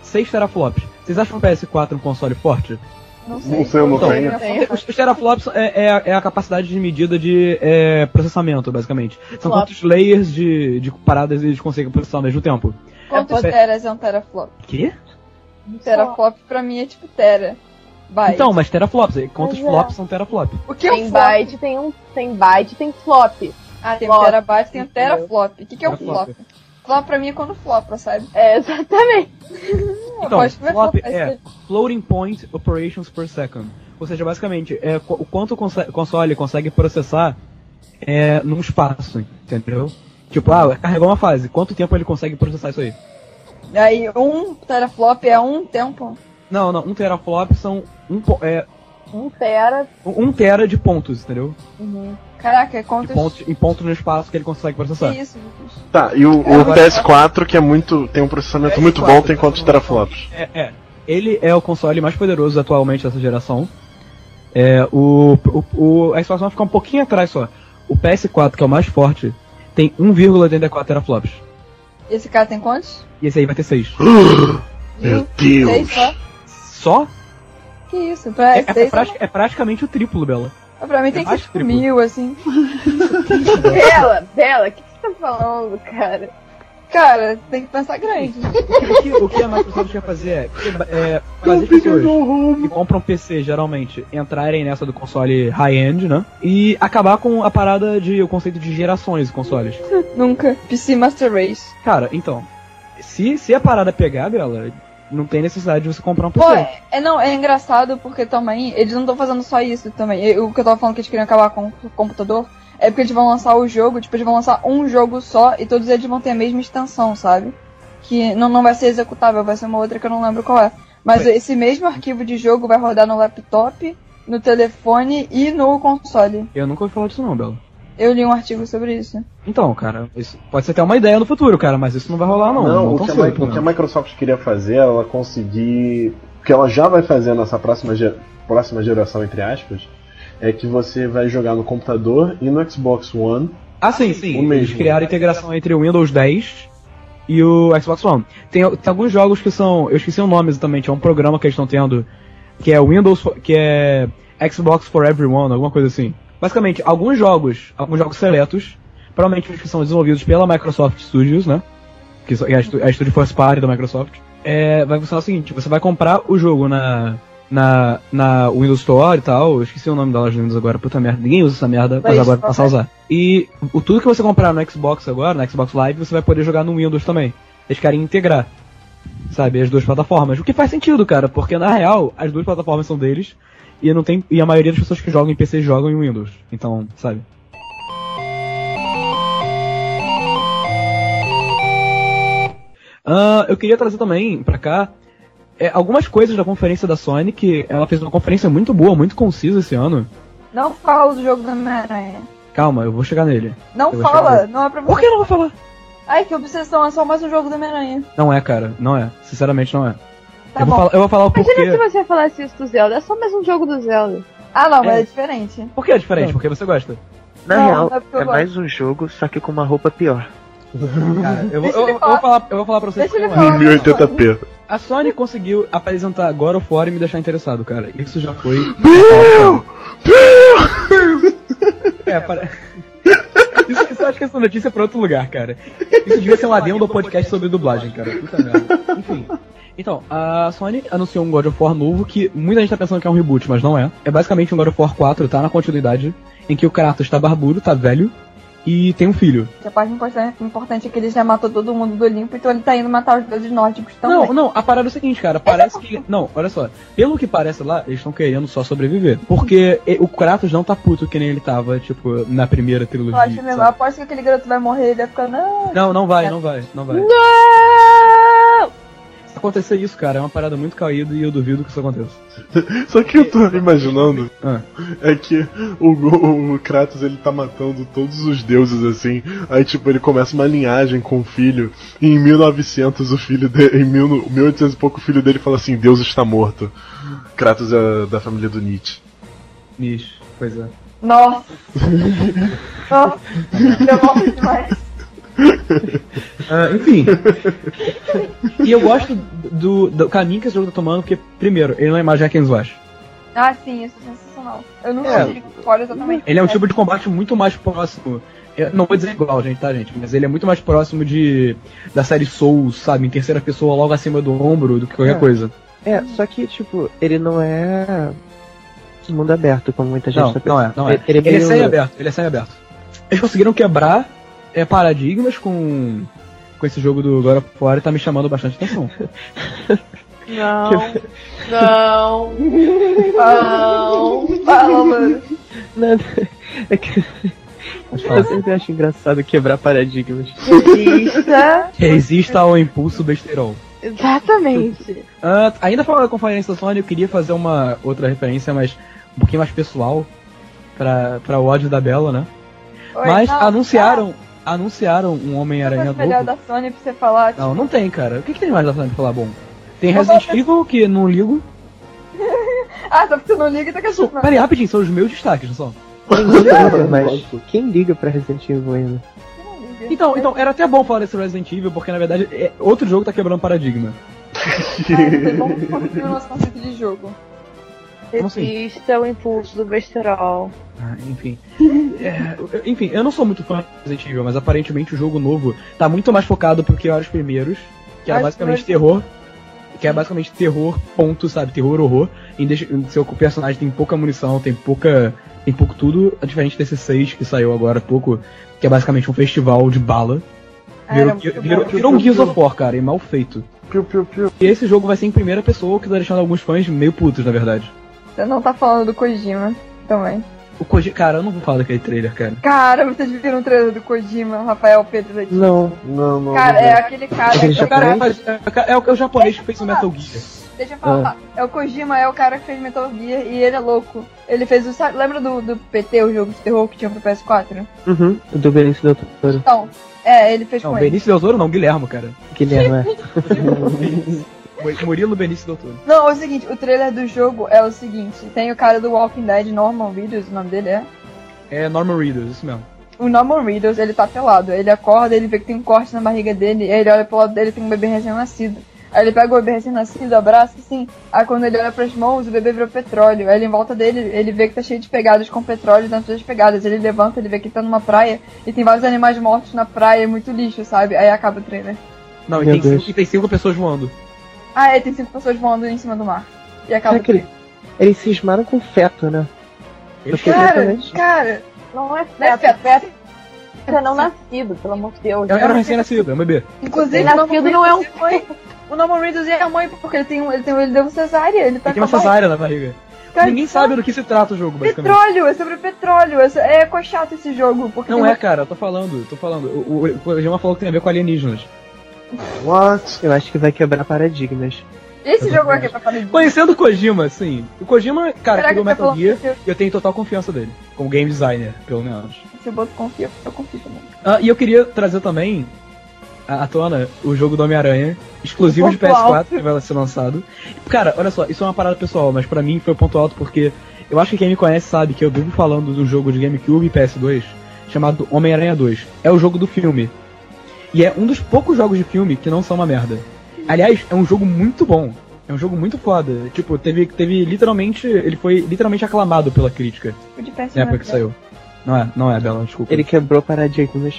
S1: 6 teraflops. Vocês acham o PS4 um console forte?
S2: Não sei.
S3: Não sei, eu não
S1: Então.
S3: tenho.
S1: Os, os teraflops é, é a- é a capacidade de medida de é, processamento, basicamente. São
S7: Flop.
S1: quantos layers de, de paradas eles conseguem processar ao mesmo tempo.
S2: Quantos
S1: posso-
S2: teras é um teraflop?
S1: Quê?
S2: Um teraflop pra mim é tipo tera. Byte.
S1: Então, mas teraflops, quantos
S7: Pois é.
S1: flops são teraflops?
S2: o que é um
S7: Tem
S2: flop?
S7: byte, tem um. Tem byte, tem flop.
S2: Ah, tem o
S7: Flop.
S2: terabyte, tem o teraflop. O que, que é o flop?
S1: Teraflop.
S2: Flop pra mim é quando flopa, sabe?
S7: É, exatamente.
S1: Então,
S2: Aposto que vai
S1: flop
S2: flopar
S1: é
S2: esse-
S1: floating point operations per second. Ou seja, basicamente, é, qu- o quanto o conse- console consegue processar é, num espaço, entendeu? Tipo, ah, carregou uma fase, quanto tempo ele consegue processar isso aí?
S2: Aí um teraflop é um tempo.
S1: Não, não, um teraflop são um, po- é,
S7: Um tera.
S1: um tera de pontos, entendeu?
S2: Caraca, é
S1: De
S2: quantos.
S1: pontos, em pontos no espaço que ele consegue
S2: Que
S1: processar.
S2: isso, Lucas?
S3: Tá, e o, o
S1: Agora-
S3: PS4, que é muito. tem um processamento muito bom, tem quantos teraflops? *gasps*
S1: É, é. Ele é o console mais poderoso atualmente dessa geração. É, o, o, o- a situação fica um pouquinho atrás só. O PS4, que é o mais forte, tem 1,84 teraflops.
S2: Esse cara tem quantos?
S1: E esse aí vai ter 6.
S3: Meu
S2: Seis
S3: Deus!
S2: só?
S1: Só?
S2: Que isso? Pra,
S1: É,
S2: seis
S1: é
S2: é
S1: prati- é praticamente o triplo, Bela.
S2: pra, mim tem
S1: é
S2: que
S1: mais
S2: ser tipo
S1: triplo.
S2: mil, assim.
S7: Bela, Bela, o que você tá falando, cara?
S2: Cara, tem que pensar grande.
S1: *laughs* O que, o que a Microsoft quer fazer é, é fazer as pessoas que compram PC, geralmente, entrarem nessa do console high-end, né? E acabar com a parada de o conceito de gerações de consoles.
S2: Nunca. PC Master Race.
S1: Cara, então, se, se a parada pegar, Bela, não tem necessidade de você comprar um PC.
S2: Pô, é, é- não, é engraçado porque também eles não estão fazendo só isso também. E o que eu tava falando que eles queriam acabar com o computador é porque eles vão lançar o jogo, tipo, eles vão lançar um jogo só e todos eles vão ter a mesma extensão, sabe? Que não, não vai ser executável, vai ser uma outra que eu não lembro qual é. Mas
S1: Pois.
S2: esse mesmo arquivo de jogo vai rodar no laptop, no telefone e no console.
S1: Eu nunca ouvi falar disso não, Bela.
S2: Eu li um artigo sobre isso.
S1: Então, cara, isso pode ser até uma ideia no futuro, cara, mas isso não vai rolar não.
S9: Não, o
S1: tão
S9: que, a,
S1: cedo,
S9: Mi- o
S1: não.
S9: que a Microsoft queria fazer, ela conseguir. O que ela já vai fazer nessa próxima, ge- próxima geração, entre aspas, é que você vai jogar no computador e no Xbox One.
S1: Ah, sim, sim.
S9: O
S1: Eles
S9: mesmo.
S1: criaram a integração entre o Windows 10 e o Xbox One. Tem, tem alguns jogos que são. Eu esqueci o nome exatamente, é um programa que eles estão tendo. Que é Windows. for- que é Xbox for Everyone, alguma coisa assim. Basicamente, alguns jogos, alguns jogos seletos, provavelmente os que são desenvolvidos pela Microsoft Studios, né? Que é a, estu- a Studio First Party da Microsoft. É, vai funcionar o seguinte: você vai comprar o jogo na. Na, na Windows Store e tal, eu esqueci o nome da loja do Windows agora, puta merda, ninguém usa essa merda, mas
S2: Mas
S1: agora vai passar a
S2: qualquer-
S1: usar. E o tudo que você comprar no Xbox agora, no Xbox Live, você vai poder jogar no Windows também. Eles querem integrar, sabe, as duas plataformas. O que faz sentido, cara, porque na real as duas plataformas são deles e não tem e a maioria das pessoas que jogam em PC jogam em Windows. Então, sabe. Ah, eu queria trazer também pra cá é, algumas coisas da conferência da Sony que ela fez uma conferência muito boa, muito concisa esse ano.
S2: Não fala do jogo da Homem-Aranha.
S1: Calma, eu vou chegar nele.
S2: Não
S1: Eu vou
S2: fala,
S1: chegar.
S2: não é pra
S1: Por
S2: você.
S1: que eu não vou falar?
S2: Ai, que obsessão, é só mais um jogo da Homem-Aranha.
S1: Não é, cara, não é. Sinceramente, não é.
S2: Tá
S1: eu,
S2: bom.
S1: vou falar, eu vou falar o porquê.
S7: Imagina se você falasse isso do Zelda. É só mais um jogo do Zelda.
S2: Ah, não, mas
S1: É.
S2: é diferente.
S1: Por que é diferente? Porque você gosta.
S4: Na
S2: Não,
S4: real,
S2: não é porque eu
S4: é
S2: gosto.
S4: mais um jogo, só que com uma roupa pior.
S1: Cara, eu vou,
S2: Deixa
S1: eu,
S2: ele
S1: eu
S2: falar.
S1: vou falar, eu vou falar pra vocês.
S2: Deixa ele
S1: como é.
S2: falar.
S3: 1080p.
S1: A Sony conseguiu apresentar agora o fora e me deixar interessado, cara. Isso já foi. é, para. *laughs* Isso, isso eu acho que essa notícia é pra outro lugar, cara. Isso devia ser lá dentro do podcast sobre dublagem, cara. Puta merda. Enfim. Então, a Sony anunciou um God of War novo que muita gente tá pensando que é um reboot, mas não é. É basicamente um God of War 4, tá? Na continuidade, em que o Kratos tá barbudo, tá velho, e tem um filho.
S2: A parte importante, importante é que ele já matou todo mundo do Olimpo, então ele tá indo matar os deuses nórdicos também.
S1: Não, não, a parada é o seguinte, cara, parece que. Não, olha só. Pelo que parece lá, eles estão querendo só sobreviver. Porque e- o Kratos não tá puto que nem ele tava, tipo, na primeira trilogia.
S2: Pode mesmo.
S1: sabe?
S2: Aposto que aquele garoto vai morrer, ele vai ficar, não.
S1: Não, não vai, não vai, não vai. Se acontecer isso, cara, é uma parada muito caída e eu duvido que isso aconteça.
S3: Só que eu tô imaginando
S1: Ah.
S3: é que o, o, o Kratos ele tá matando todos os deuses assim. Aí tipo ele começa uma linhagem com o filho e em 1900 o filho dele, em 1000 1800 e pouco o filho dele fala assim: Deus está morto. Kratos é da família do Nietzsche.
S1: Nish, pois é. *laughs*
S2: Nossa! Nossa! Eu morro demais.
S1: Ah, enfim. *laughs* e eu gosto do, do caminho que esse jogo tá tomando, porque, primeiro, ele não é mais Jack and Slash.
S2: Ah, sim, isso é sensacional. Eu não
S1: É.
S2: sei de que fora
S1: *laughs*
S2: exatamente.
S1: Ele é um tipo de combate muito mais próximo. Eu não vou dizer igual, gente, tá, gente? Mas ele é muito mais próximo de. da série Souls, sabe? Em terceira pessoa, logo acima do ombro, do que qualquer
S4: É.
S1: coisa.
S4: É,
S2: Hum.
S4: só que, tipo, ele não é mundo aberto, como muita gente
S1: Não,
S4: tá
S1: não é, não é. Ele,
S4: Ele, ele
S1: é
S4: meio-
S1: semi-aberto, ele é semi-aberto. Eles conseguiram quebrar é,
S4: *laughs*
S1: paradigmas com. com esse jogo do God of War e tá me chamando bastante atenção.
S7: Não, não, não.
S2: Fala, mano.
S10: Nada. É que eu sempre acho engraçado quebrar
S2: *laughs*
S10: paradigmas.
S2: né?
S7: Desista.
S1: Resista ao impulso besterol.
S7: Exatamente.
S1: Ah, ainda falando da conferência da Sony, eu queria fazer uma outra referência, mas um pouquinho mais pessoal, pra, pra o ódio da Bela, né?
S2: Oi,
S1: mas
S2: não, ah.
S1: anunciaram anunciaram um
S2: Cara,
S1: Homem-Aranha
S2: eu melhor
S1: novo.
S2: da Sony pra você falar. Tipo,
S1: Não, não tem, cara. O que, que tem mais da Sony pra falar bom? Tem Resident Evil, que não ligo.
S2: Ah, só porque tu não liga, tá
S1: Isso,
S2: questionando.
S1: peraí, rapidinho, são os meus destaques, não são?
S9: tá,
S4: Mas quem liga pra Resident Evil ainda?
S1: Então, então, era até bom falar desse Resident Evil, porque na verdade é- outro jogo tá quebrando paradigma.
S2: Vamos construir o um nosso conceito de jogo.
S1: Como assim?
S7: Desista o impulso do besterol.
S1: Ah, enfim. É, eu- enfim, eu não sou muito fã do Resident Evil, mas aparentemente o jogo novo tá muito mais focado pro que era os primeiros, que era
S2: Mas-
S1: basicamente
S2: mas-
S1: terror. Que é basicamente terror, ponto, sabe? Terror, horror. Em deixa- em seu personagem tem pouca munição, tem pouca. tem pouco tudo. A diferente desse 6 que saiu agora há pouco, que é basicamente um festival de bala.
S2: É,
S1: Virou, virou, virou, um Gears of War, cara, e mal feito.
S9: Piu, piu, piu.
S1: E esse jogo vai ser em primeira pessoa, o que tá deixando alguns fãs meio putos, na verdade.
S2: Você não tá falando do Kojima também.
S1: O Koji, cara, eu não vou falar daquele trailer, cara.
S2: Cara, vocês viram o trailer do Kojima, Rafael Pedro Leite.
S4: Não,
S9: Não, não.
S2: Cara, é aquele cara.
S4: Aquele
S2: é o
S1: Cara,
S2: cara-
S1: mas, é, é o, é o japonês que fez o Metal Gear.
S2: Deixa eu falar.
S1: Ah.
S2: É o Kojima, é o cara que fez Metal Gear e ele é louco. Ele fez o. sabe- Lembra do, do PT, o jogo de terror que tinha pro PS4?
S4: uhum. do Benício Del Toro,
S2: Então, é, ele fez
S1: Não,
S2: com ele.
S1: Benício Del Toro não, Guilhermo, cara.
S4: Guilherme. é.
S1: Mu- Murilo Benício Del Toro.
S2: Não, é o seguinte, o trailer do jogo é o seguinte: tem o cara do Walking Dead, Norman Reedus, o nome dele é.
S1: É Norman Reedus, isso mesmo.
S2: O Norman Reedus, ele tá pelado. Ele acorda, ele vê que tem um corte na barriga dele, aí ele olha pro lado dele tem um bebê recém-nascido. Aí ele pega o bebê recém-nascido, abraça assim. Aí quando ele olha pras mãos, o bebê virou petróleo. Aí ele em volta dele, ele vê que tá cheio de pegadas com petróleo dentro das pegadas. Ele levanta, ele vê que tá numa praia e tem vários animais mortos na praia, é muito lixo, sabe? Aí acaba o trailer.
S1: Não, e
S4: Meu
S1: tem,
S4: Deus.
S1: cinco, e tem cinco pessoas voando.
S2: Ah, é, tem cinco pessoas voando em cima do mar. E acaba
S4: É aquele-
S2: o trailer.
S4: Eles cismaram com feto, né?
S1: Eles
S4: fiquei
S1: querem-
S2: Cara,
S4: exatamente.
S2: cara,
S7: Não é
S2: Não é
S7: feto,
S2: feto,
S7: feto é não nascido, pelo amor de Deus.
S1: É um- Era um recém-nascido, é um bebê.
S2: inclusive.
S7: Nascido
S2: o Norman
S7: não é um
S2: Reedus mãe. O Norman Reedus é a mãe, porque ele tem um. Ele, tem, ele deu cesárea, ele tá
S1: E tem uma
S2: com a barriga.
S1: cesárea na barriga.
S2: Cara,
S1: Ninguém sabe do que se trata o jogo, basicamente.
S2: Petróleo, é sobre petróleo. É, so- é cochato esse jogo. Porque
S1: Não
S2: tem
S1: é, cara, eu tô falando, eu tô falando. O o- o Kojima falou que tem a ver com alienígenas.
S9: What?
S4: Eu acho que vai quebrar paradigmas.
S2: Esse jogo aqui é pra falar de.
S1: Conhecendo o Kojima, sim. O Kojima, cara,
S2: Será que tá
S1: criou
S2: você
S1: Metal
S2: falou
S1: Gear
S2: que eu-
S1: e eu tenho total confiança dele. Como game designer, pelo menos.
S2: Se o Boto confia, eu confio também.
S1: Ah, e eu queria trazer também à à tona o jogo do Homem-Aranha, exclusivo de
S2: Ponto
S1: PS4, que vai ser lançado. Cara, olha só, isso é uma parada pessoal, mas pra mim foi o ponto alto porque eu acho que quem me conhece sabe que eu vivo falando de um jogo de GameCube e PS2 chamado Homem-Aranha 2. É o jogo do filme. E é um dos poucos jogos de filme que não são uma merda. Aliás, é um jogo muito bom. É um jogo muito foda. Tipo, teve, teve literalmente. Ele foi literalmente aclamado pela crítica
S2: O de né? PS4.
S1: na época que saiu. Não é, não é, Bela, desculpa.
S4: Ele quebrou paradigmas.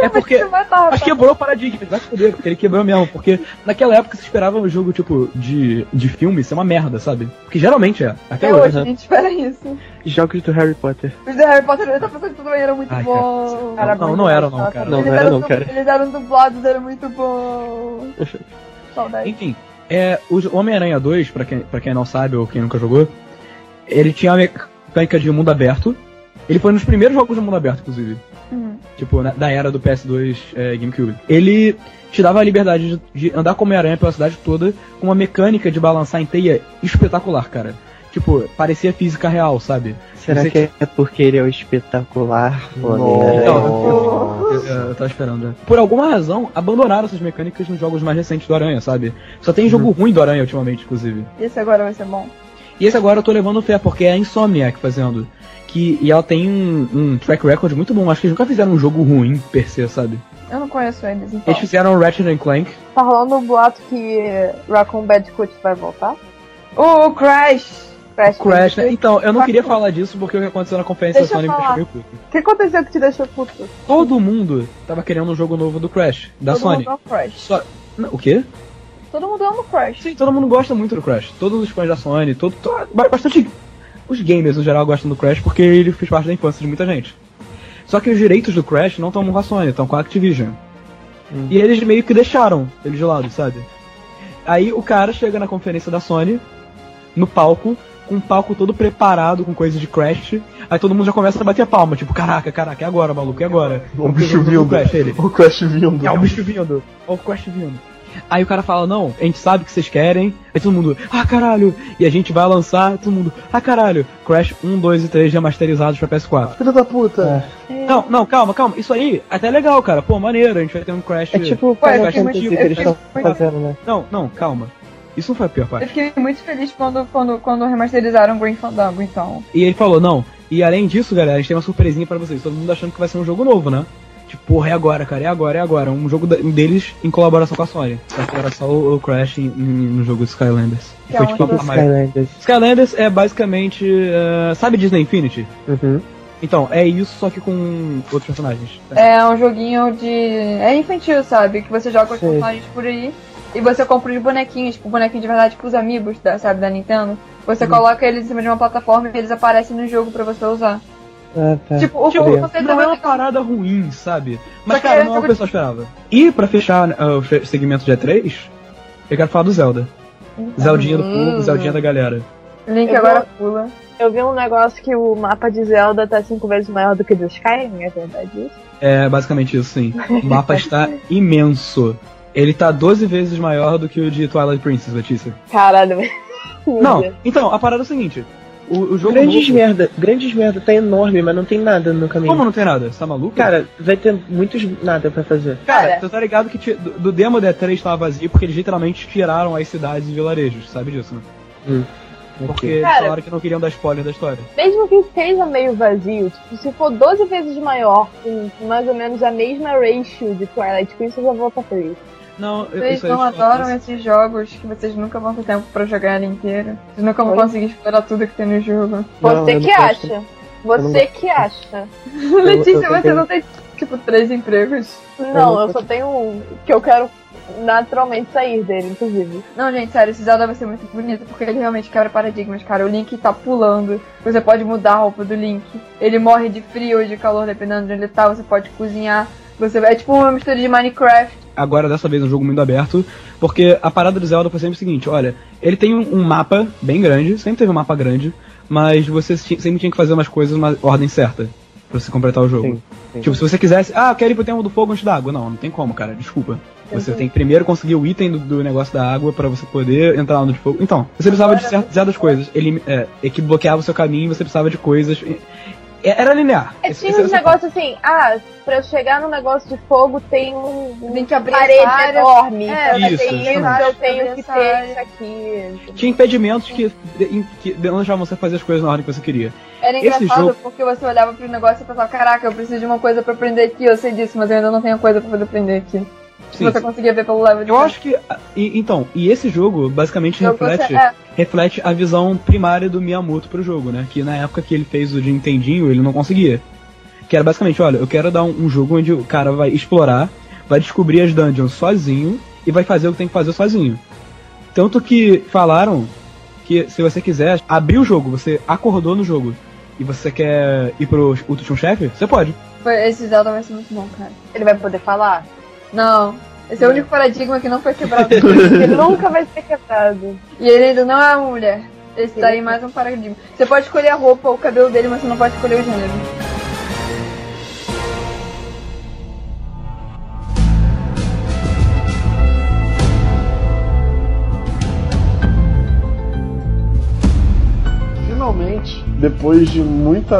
S1: É porque.
S2: Você vai tá,
S1: Mas quebrou o paradigma, vai se fuder, porque ele quebrou mesmo, porque naquela época se esperava um jogo, tipo, de, de filme ser uma merda, sabe? Porque geralmente é, até
S2: Até
S1: hoje.
S2: hoje, a gente espera isso.
S4: Jogos do Harry Potter. *laughs*
S2: Os da Harry Potter, eu tava pensando que também eram muito
S1: Ai, cara.
S2: bons.
S1: Não, não, não eram não, cara.
S4: Não,
S2: Eles
S4: não era
S2: eram
S4: não,
S2: du-
S4: cara.
S2: Eles eram dublados, eram muito bons. Saudade.
S1: Enfim, é, o jo- Homem-Aranha 2, pra quem, pra quem não sabe ou quem nunca jogou, ele tinha a mecânica de mundo aberto. Ele foi um dos primeiros jogos de mundo aberto, inclusive.
S2: Hum.
S1: Tipo, na- da era do PS2 é, GameCube. Ele te dava a liberdade de, de andar como Homem-Aranha pela cidade toda, com uma mecânica de balançar em teia espetacular, cara. Tipo, parecia física real, sabe?
S4: Será
S1: Você-
S4: que é porque ele é o espetacular?
S1: Não. Eu, eu tava esperando. né? Por alguma razão, abandonaram essas mecânicas nos jogos mais recentes do Aranha, sabe? Só tem jogo ruim do Aranha ultimamente, inclusive.
S2: Esse agora vai ser bom.
S1: E esse agora eu tô levando fé, porque é a Insomniac fazendo. Que, e ela tem um, um track record muito bom. Acho que eles nunca fizeram um jogo ruim, per se, sabe?
S2: Eu não conheço eles, então.
S1: Eles fizeram Ratchet and Clank.
S7: Tá rolando um boato que Raccoon Bandicoot vai voltar?
S2: O Crash!
S7: Crash.
S1: Crash, né?
S7: Bandicoot.
S1: Então, eu não queria falar disso porque o que aconteceu na conferência da
S7: Deixa eu
S1: Sony me deixou
S7: falar.
S1: meio puto.
S7: O que aconteceu que te deixou puto?
S1: Todo mundo tava querendo um jogo novo do Crash, da
S2: Todo
S1: Sony.
S2: mundo ama o Crash.
S1: Só... Não, O quê?
S2: Todo mundo ama o Crash.
S1: Sim, todo mundo gosta muito do Crash. Todos os fãs da Sony, todo, to- ba- bastante. Os gamers no geral gostam do Crash porque ele fez parte da infância de muita gente. Só que os direitos do Crash não estão com a Sony, estão com a Activision. E eles meio que deixaram ele de lado, sabe? Aí o cara chega na conferência da Sony, no palco, com o palco todo preparado, com coisa de Crash. Aí todo mundo já começa a bater palma, tipo, caraca, caraca, é agora, maluco, é agora.
S9: O bicho
S1: Todo mundo
S9: vindo.
S1: Crash, ele.
S9: O Crash vindo.
S1: É o bicho vindo. Ó o Crash vindo. Aí o cara fala, não, a gente sabe o que vocês querem. Aí todo mundo, ah caralho. E a gente vai lançar, todo mundo, ah caralho. Crash 1, 2 e 3 remasterizados pra PS4.
S9: Filho da puta.
S1: Não, não, calma, calma. Isso aí até é legal, cara. Pô, maneiro, a gente vai ter um Crash.
S4: É tipo o
S1: eu
S4: Final
S1: achei
S4: Fantasy que
S1: muito-
S4: eles
S2: é
S1: eu
S4: estão
S2: tipo-
S1: achei-
S4: fazendo, né?
S1: Não, não, calma. Isso não foi a pior parte.
S2: Eu fiquei muito feliz quando, quando, quando remasterizaram Green Fandango, então.
S1: E ele falou, não. E além disso, galera, a gente tem uma surpresinha pra vocês. Todo mundo achando que vai ser um jogo novo, né? Tipo, porra, é agora, cara, é agora, é agora. Um jogo da- deles em colaboração com a Sony. Só que era só o o Crash em- em- no jogo de Skylanders.
S2: Que
S1: Foi
S2: é
S1: tipo
S2: onde
S1: a
S2: você-
S1: mais.
S4: Skylanders.
S1: Skylanders é basicamente. eh, sabe Disney Infinity?
S4: Uhum.
S1: Então, é isso, só que com outros personagens.
S2: É um joguinho de. É infantil, sabe? Que você joga os
S4: Sei.
S2: personagens por aí. E você compra os bonequinhos, tipo, bonequinho de verdade, tipo os amigos, da, sabe, da Nintendo. Você
S1: Uhum.
S2: coloca eles em cima de uma plataforma e eles aparecem no jogo pra você usar.
S4: Ah, tá.
S2: Tipo, o,
S1: Tipo,
S2: o conceito
S1: não é
S2: é
S1: uma
S2: muito-
S1: parada ruim, sabe? Mas,
S2: Só que
S1: cara,
S2: é
S1: não é o que
S2: jogo
S1: o pessoal esperava. E, pra fechar eh, o fe- segmento de E3, eu quero falar do Zelda. Zeldinha do povo, Zeldinha da galera.
S2: Link
S7: Eu
S2: agora pula.
S7: Eu vi um negócio que o mapa de Zelda tá cinco vezes maior do que o de Skyrim, é verdade isso?
S1: É basicamente isso, sim. O mapa está imenso. Ele tá 12 vezes maior do que o de Twilight Princess, Letícia.
S7: Caralho, *laughs* velho.
S1: Não, então, a parada é o seguinte: o, o jogo.
S4: Grandes
S1: novo-
S4: merda, grandes merda, tá enorme, mas não tem nada no caminho.
S1: Como não tem nada? Você tá maluco?
S4: Cara, vai ter muitos nada pra fazer.
S1: Cara,
S7: Cara.
S1: tu tá ligado que ti- do, do demo da E3 tava vazio porque eles literalmente tiraram as cidades e vilarejos, sabe disso, né? Porque eles
S7: Cara.
S1: falaram que não queriam dar spoiler da história.
S7: Mesmo que seja meio vazio, tipo, se for 12 vezes maior, com mais ou menos a mesma ratio de Twilight Princess, eu vou estar feliz.
S1: Não, eu,
S2: Vocês
S1: isso aí
S2: não
S1: eu te falo,
S2: adoram
S1: mas-
S2: esses jogos que vocês nunca vão ter tempo pra jogar ele inteiro. Vocês nunca vão
S7: Olha.
S2: conseguir explorar tudo que tem no jogo.
S4: Não,
S7: Você
S4: eu
S7: que
S4: não gosto.
S7: acha.
S4: não
S7: Você que acha.
S2: Letícia,
S4: eu
S2: você
S4: tenho-
S2: não tem, tipo, três empregos.
S7: Não, eu só tenho um que eu quero naturalmente sair dele, inclusive.
S2: Não, gente, sério, esse Zelda vai ser muito bonito, porque ele realmente quebra paradigmas, cara. O Link tá pulando, você pode mudar a roupa do Link. Ele morre de frio ou de calor, dependendo de onde ele tá, você pode cozinhar. Você É tipo uma mistura de Minecraft.
S1: agora dessa vez um jogo muito aberto, porque a parada do Zelda foi sempre o seguinte, olha, ele tem um, um mapa bem grande, sempre teve um mapa grande, mas você ti- sempre tinha que fazer umas coisas na ordem certa pra você completar o jogo.
S4: Sim, sim.
S1: Tipo, se você quisesse, ah, eu quero ir pro Templo do Fogo antes da água. Não, não tem como, cara, desculpa. Você
S7: Uhum.
S1: tem que primeiro conseguir o item do, do negócio da água pra você poder entrar no de fogo. Então, você precisava de certas, certas coisas. Ele é, é que bloqueava o seu caminho, você precisava de coisas. É- Era linear.
S7: É,
S1: Esse-
S7: tinha
S1: esse-
S7: uns
S1: esse-
S7: negócios assim, ah, pra eu chegar no negócio de fogo tem um,
S2: Tem
S7: um
S2: que abrir
S7: parede
S2: essa área.
S7: enorme.
S2: É,
S7: então,
S1: Isso,
S7: tem
S1: justamente.
S7: eu tenho que
S2: Essa
S7: ter
S2: área.
S7: isso aqui.
S1: Tinha impedimentos que, que não deixavam você fazer as coisas na ordem que você queria.
S2: Era
S1: Esse
S2: engraçado
S1: jogo-
S2: porque você olhava pro negócio e pensava, caraca, eu preciso de uma coisa pra aprender aqui, eu sei disso, mas eu ainda não tenho coisa pra poder aprender aqui.
S1: Sim.
S2: Você conseguia ver pelo level de
S1: Eu acho que. e- então, e esse jogo basicamente
S2: Então,
S1: reflete,
S2: você- é,
S1: reflete a visão primária do Miyamoto pro jogo, né? Que na época que ele fez o de Nintendinho, ele não conseguia. Que era basicamente, olha, eu quero dar um, um jogo onde o cara vai explorar, vai descobrir as dungeons sozinho e vai fazer o que tem que fazer sozinho. Tanto que falaram que se você quiser abrir o jogo, você acordou no jogo e você quer ir pro último chefe, você pode.
S2: foi- esse Zelda vai ser muito bom, cara.
S7: Ele vai poder falar?
S2: Não. Esse é o único paradigma que não foi quebrado.
S7: Ele nunca vai ser quebrado.
S2: E ele ainda não é uma mulher. Esse daí é mais um paradigma. Você pode escolher a roupa, o cabelo dele, mas você não pode escolher o gênero.
S9: Finalmente, depois de muita,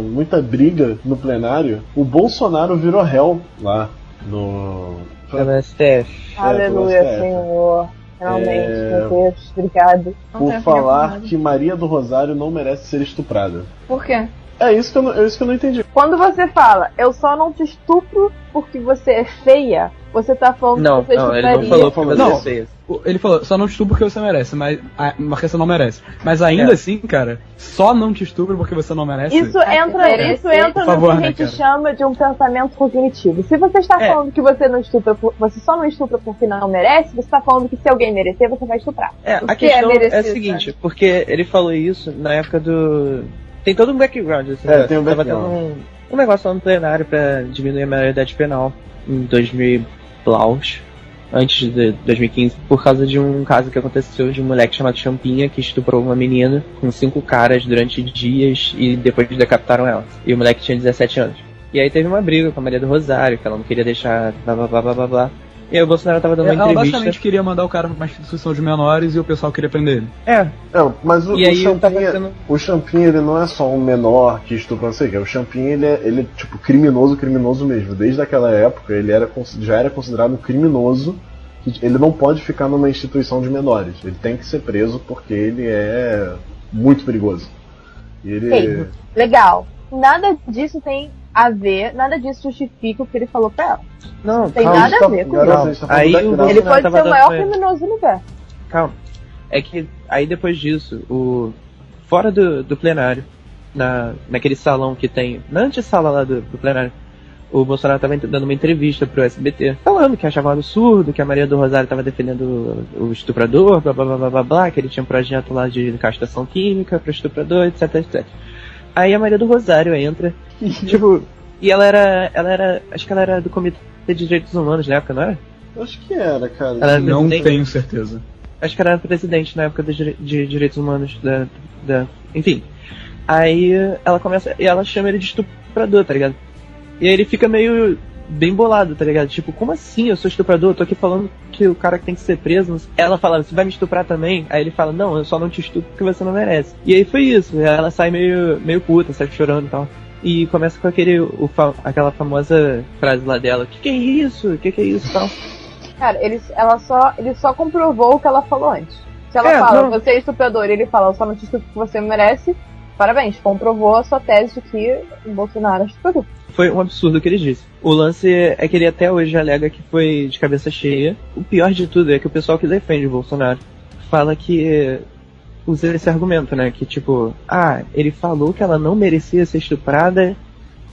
S9: muita briga no plenário, o Bolsonaro virou réu lá no.
S4: Tá no STF.
S7: Aleluia,
S9: pelo STF.
S7: Senhor. Realmente,
S9: É.
S7: meu Deus, obrigado.
S2: Não
S9: Por
S2: tem a
S9: falar
S2: opinião formada.
S9: que Maria do Rosário não merece ser estuprada.
S2: Por quê?
S9: É isso que eu não, é isso que eu não entendi.
S7: Quando você fala, eu só não te estupro porque você é feia, você tá falando
S4: Não,
S7: que você
S4: não, ele não
S7: estupraria.
S4: falou que
S9: Não.
S4: você é feia.
S1: O- Ele falou, só não te estupro porque você merece, mas a porque você não merece. Mas ainda
S4: É.
S1: assim, cara, só não te estupro porque você não merece.
S7: Isso
S4: assim.
S2: Ah,
S7: entra,
S2: merece.
S7: isso entra
S1: Por
S7: no que
S1: favor,
S7: a
S1: né,
S7: gente
S1: cara?
S7: chama de um pensamento cognitivo. Se você está
S1: É.
S7: falando que você não estupra, por- você só não estupra porque não merece, você está falando que se alguém merecer, você vai estuprar.
S4: É, a
S2: que é
S4: questão é,
S2: merecido, né?
S4: a seguinte, porque ele falou isso na época do. Tem todo um background, assim.
S9: É,
S4: né?
S9: tem um
S4: Tava tendo
S9: background.
S4: um, um negócio lá no plenário pra diminuir a maioridade penal em 2000 e blaus. antes de 2015, por causa de um caso que aconteceu de um moleque chamado Champinha que estuprou uma menina com cinco caras durante dias e depois decapitaram ela. E o moleque tinha 17 anos. E aí teve uma briga com a Maria do Rosário, que ela não queria deixar blá blá blá blá blá blá. E aí o Bolsonaro tava
S2: É,
S4: dando uma
S1: Ela
S4: entrevista.
S1: basicamente queria mandar o cara pra uma instituição de menores e o pessoal queria prender ele.
S4: É,
S9: Não, mas o,
S4: e
S9: o é-
S4: aí eu tava
S9: Champinha,
S4: tendo.
S9: o Champinha, ele não é só um menor que estupra, não sei o que. O Champinha, ele é, ele é, tipo criminoso, criminoso mesmo. Desde aquela época, ele era, cons- já era considerado um criminoso. que Ele não pode ficar numa instituição de menores. Ele tem que ser preso porque ele é muito perigoso. E ele.
S7: Sim. Legal. Nada disso tem a ver, nada disso justifica o que ele falou pra ela.
S4: Não,
S7: Tem
S4: calma.
S7: nada a ver com
S9: Garota, a
S4: isso.
S9: gente tá falando
S4: Aí
S9: da
S4: o
S9: graça.
S4: Bolsonaro
S7: Ele
S4: não,
S7: pode
S4: tava
S7: ser o
S4: dando
S7: maior
S4: pra ele.
S7: criminoso do universo.
S4: Calma. É que aí depois disso, o fora do, do plenário, na, naquele salão que tem, na antessala lá do, do plenário, o Bolsonaro tava ent- dando uma entrevista pro SBT, falando que achava um absurdo, que a Maria do Rosário tava defendendo o, o estuprador, blá blá blá blá blá blá, que ele tinha um projeto lá de castração química pro estuprador, etc, etc. Aí a Maria do Rosário entra, tipo, e ela era, ela era, acho que ela era do Comitê de Direitos Humanos na época, não era?
S9: Eu Acho que era, cara.
S4: Ela era
S1: Não
S4: presidente?
S1: tenho certeza.
S4: acho que era presidente na época dos dire- de direitos humanos da, da- enfim aí ela começa e ela chama ele de estuprador tá ligado e aí ele fica meio bem bolado tá ligado tipo como assim eu sou estuprador eu tô aqui falando que o cara que tem que ser preso não sei- ela fala você vai me estuprar também aí ele fala não eu só não te estupro porque você não merece e aí foi isso ela sai meio meio puta sai chorando e tal e começa com aquele o fa- aquela famosa frase lá dela que que é isso que que é isso e tal
S7: Cara, ele, ela só, ele só comprovou o que ela falou antes. Se ela
S4: É,
S7: fala,
S4: não.
S7: você é estuprador, ele fala, eu só não te estupro que você merece, parabéns, comprovou a sua tese de que o Bolsonaro é estuprador.
S4: Foi um absurdo o que ele disse. O lance é que ele até hoje alega que foi de cabeça cheia. O pior de tudo é que o pessoal que defende o Bolsonaro fala que eh, usa esse argumento, né? Que tipo, ah, ele falou que ela não merecia ser estuprada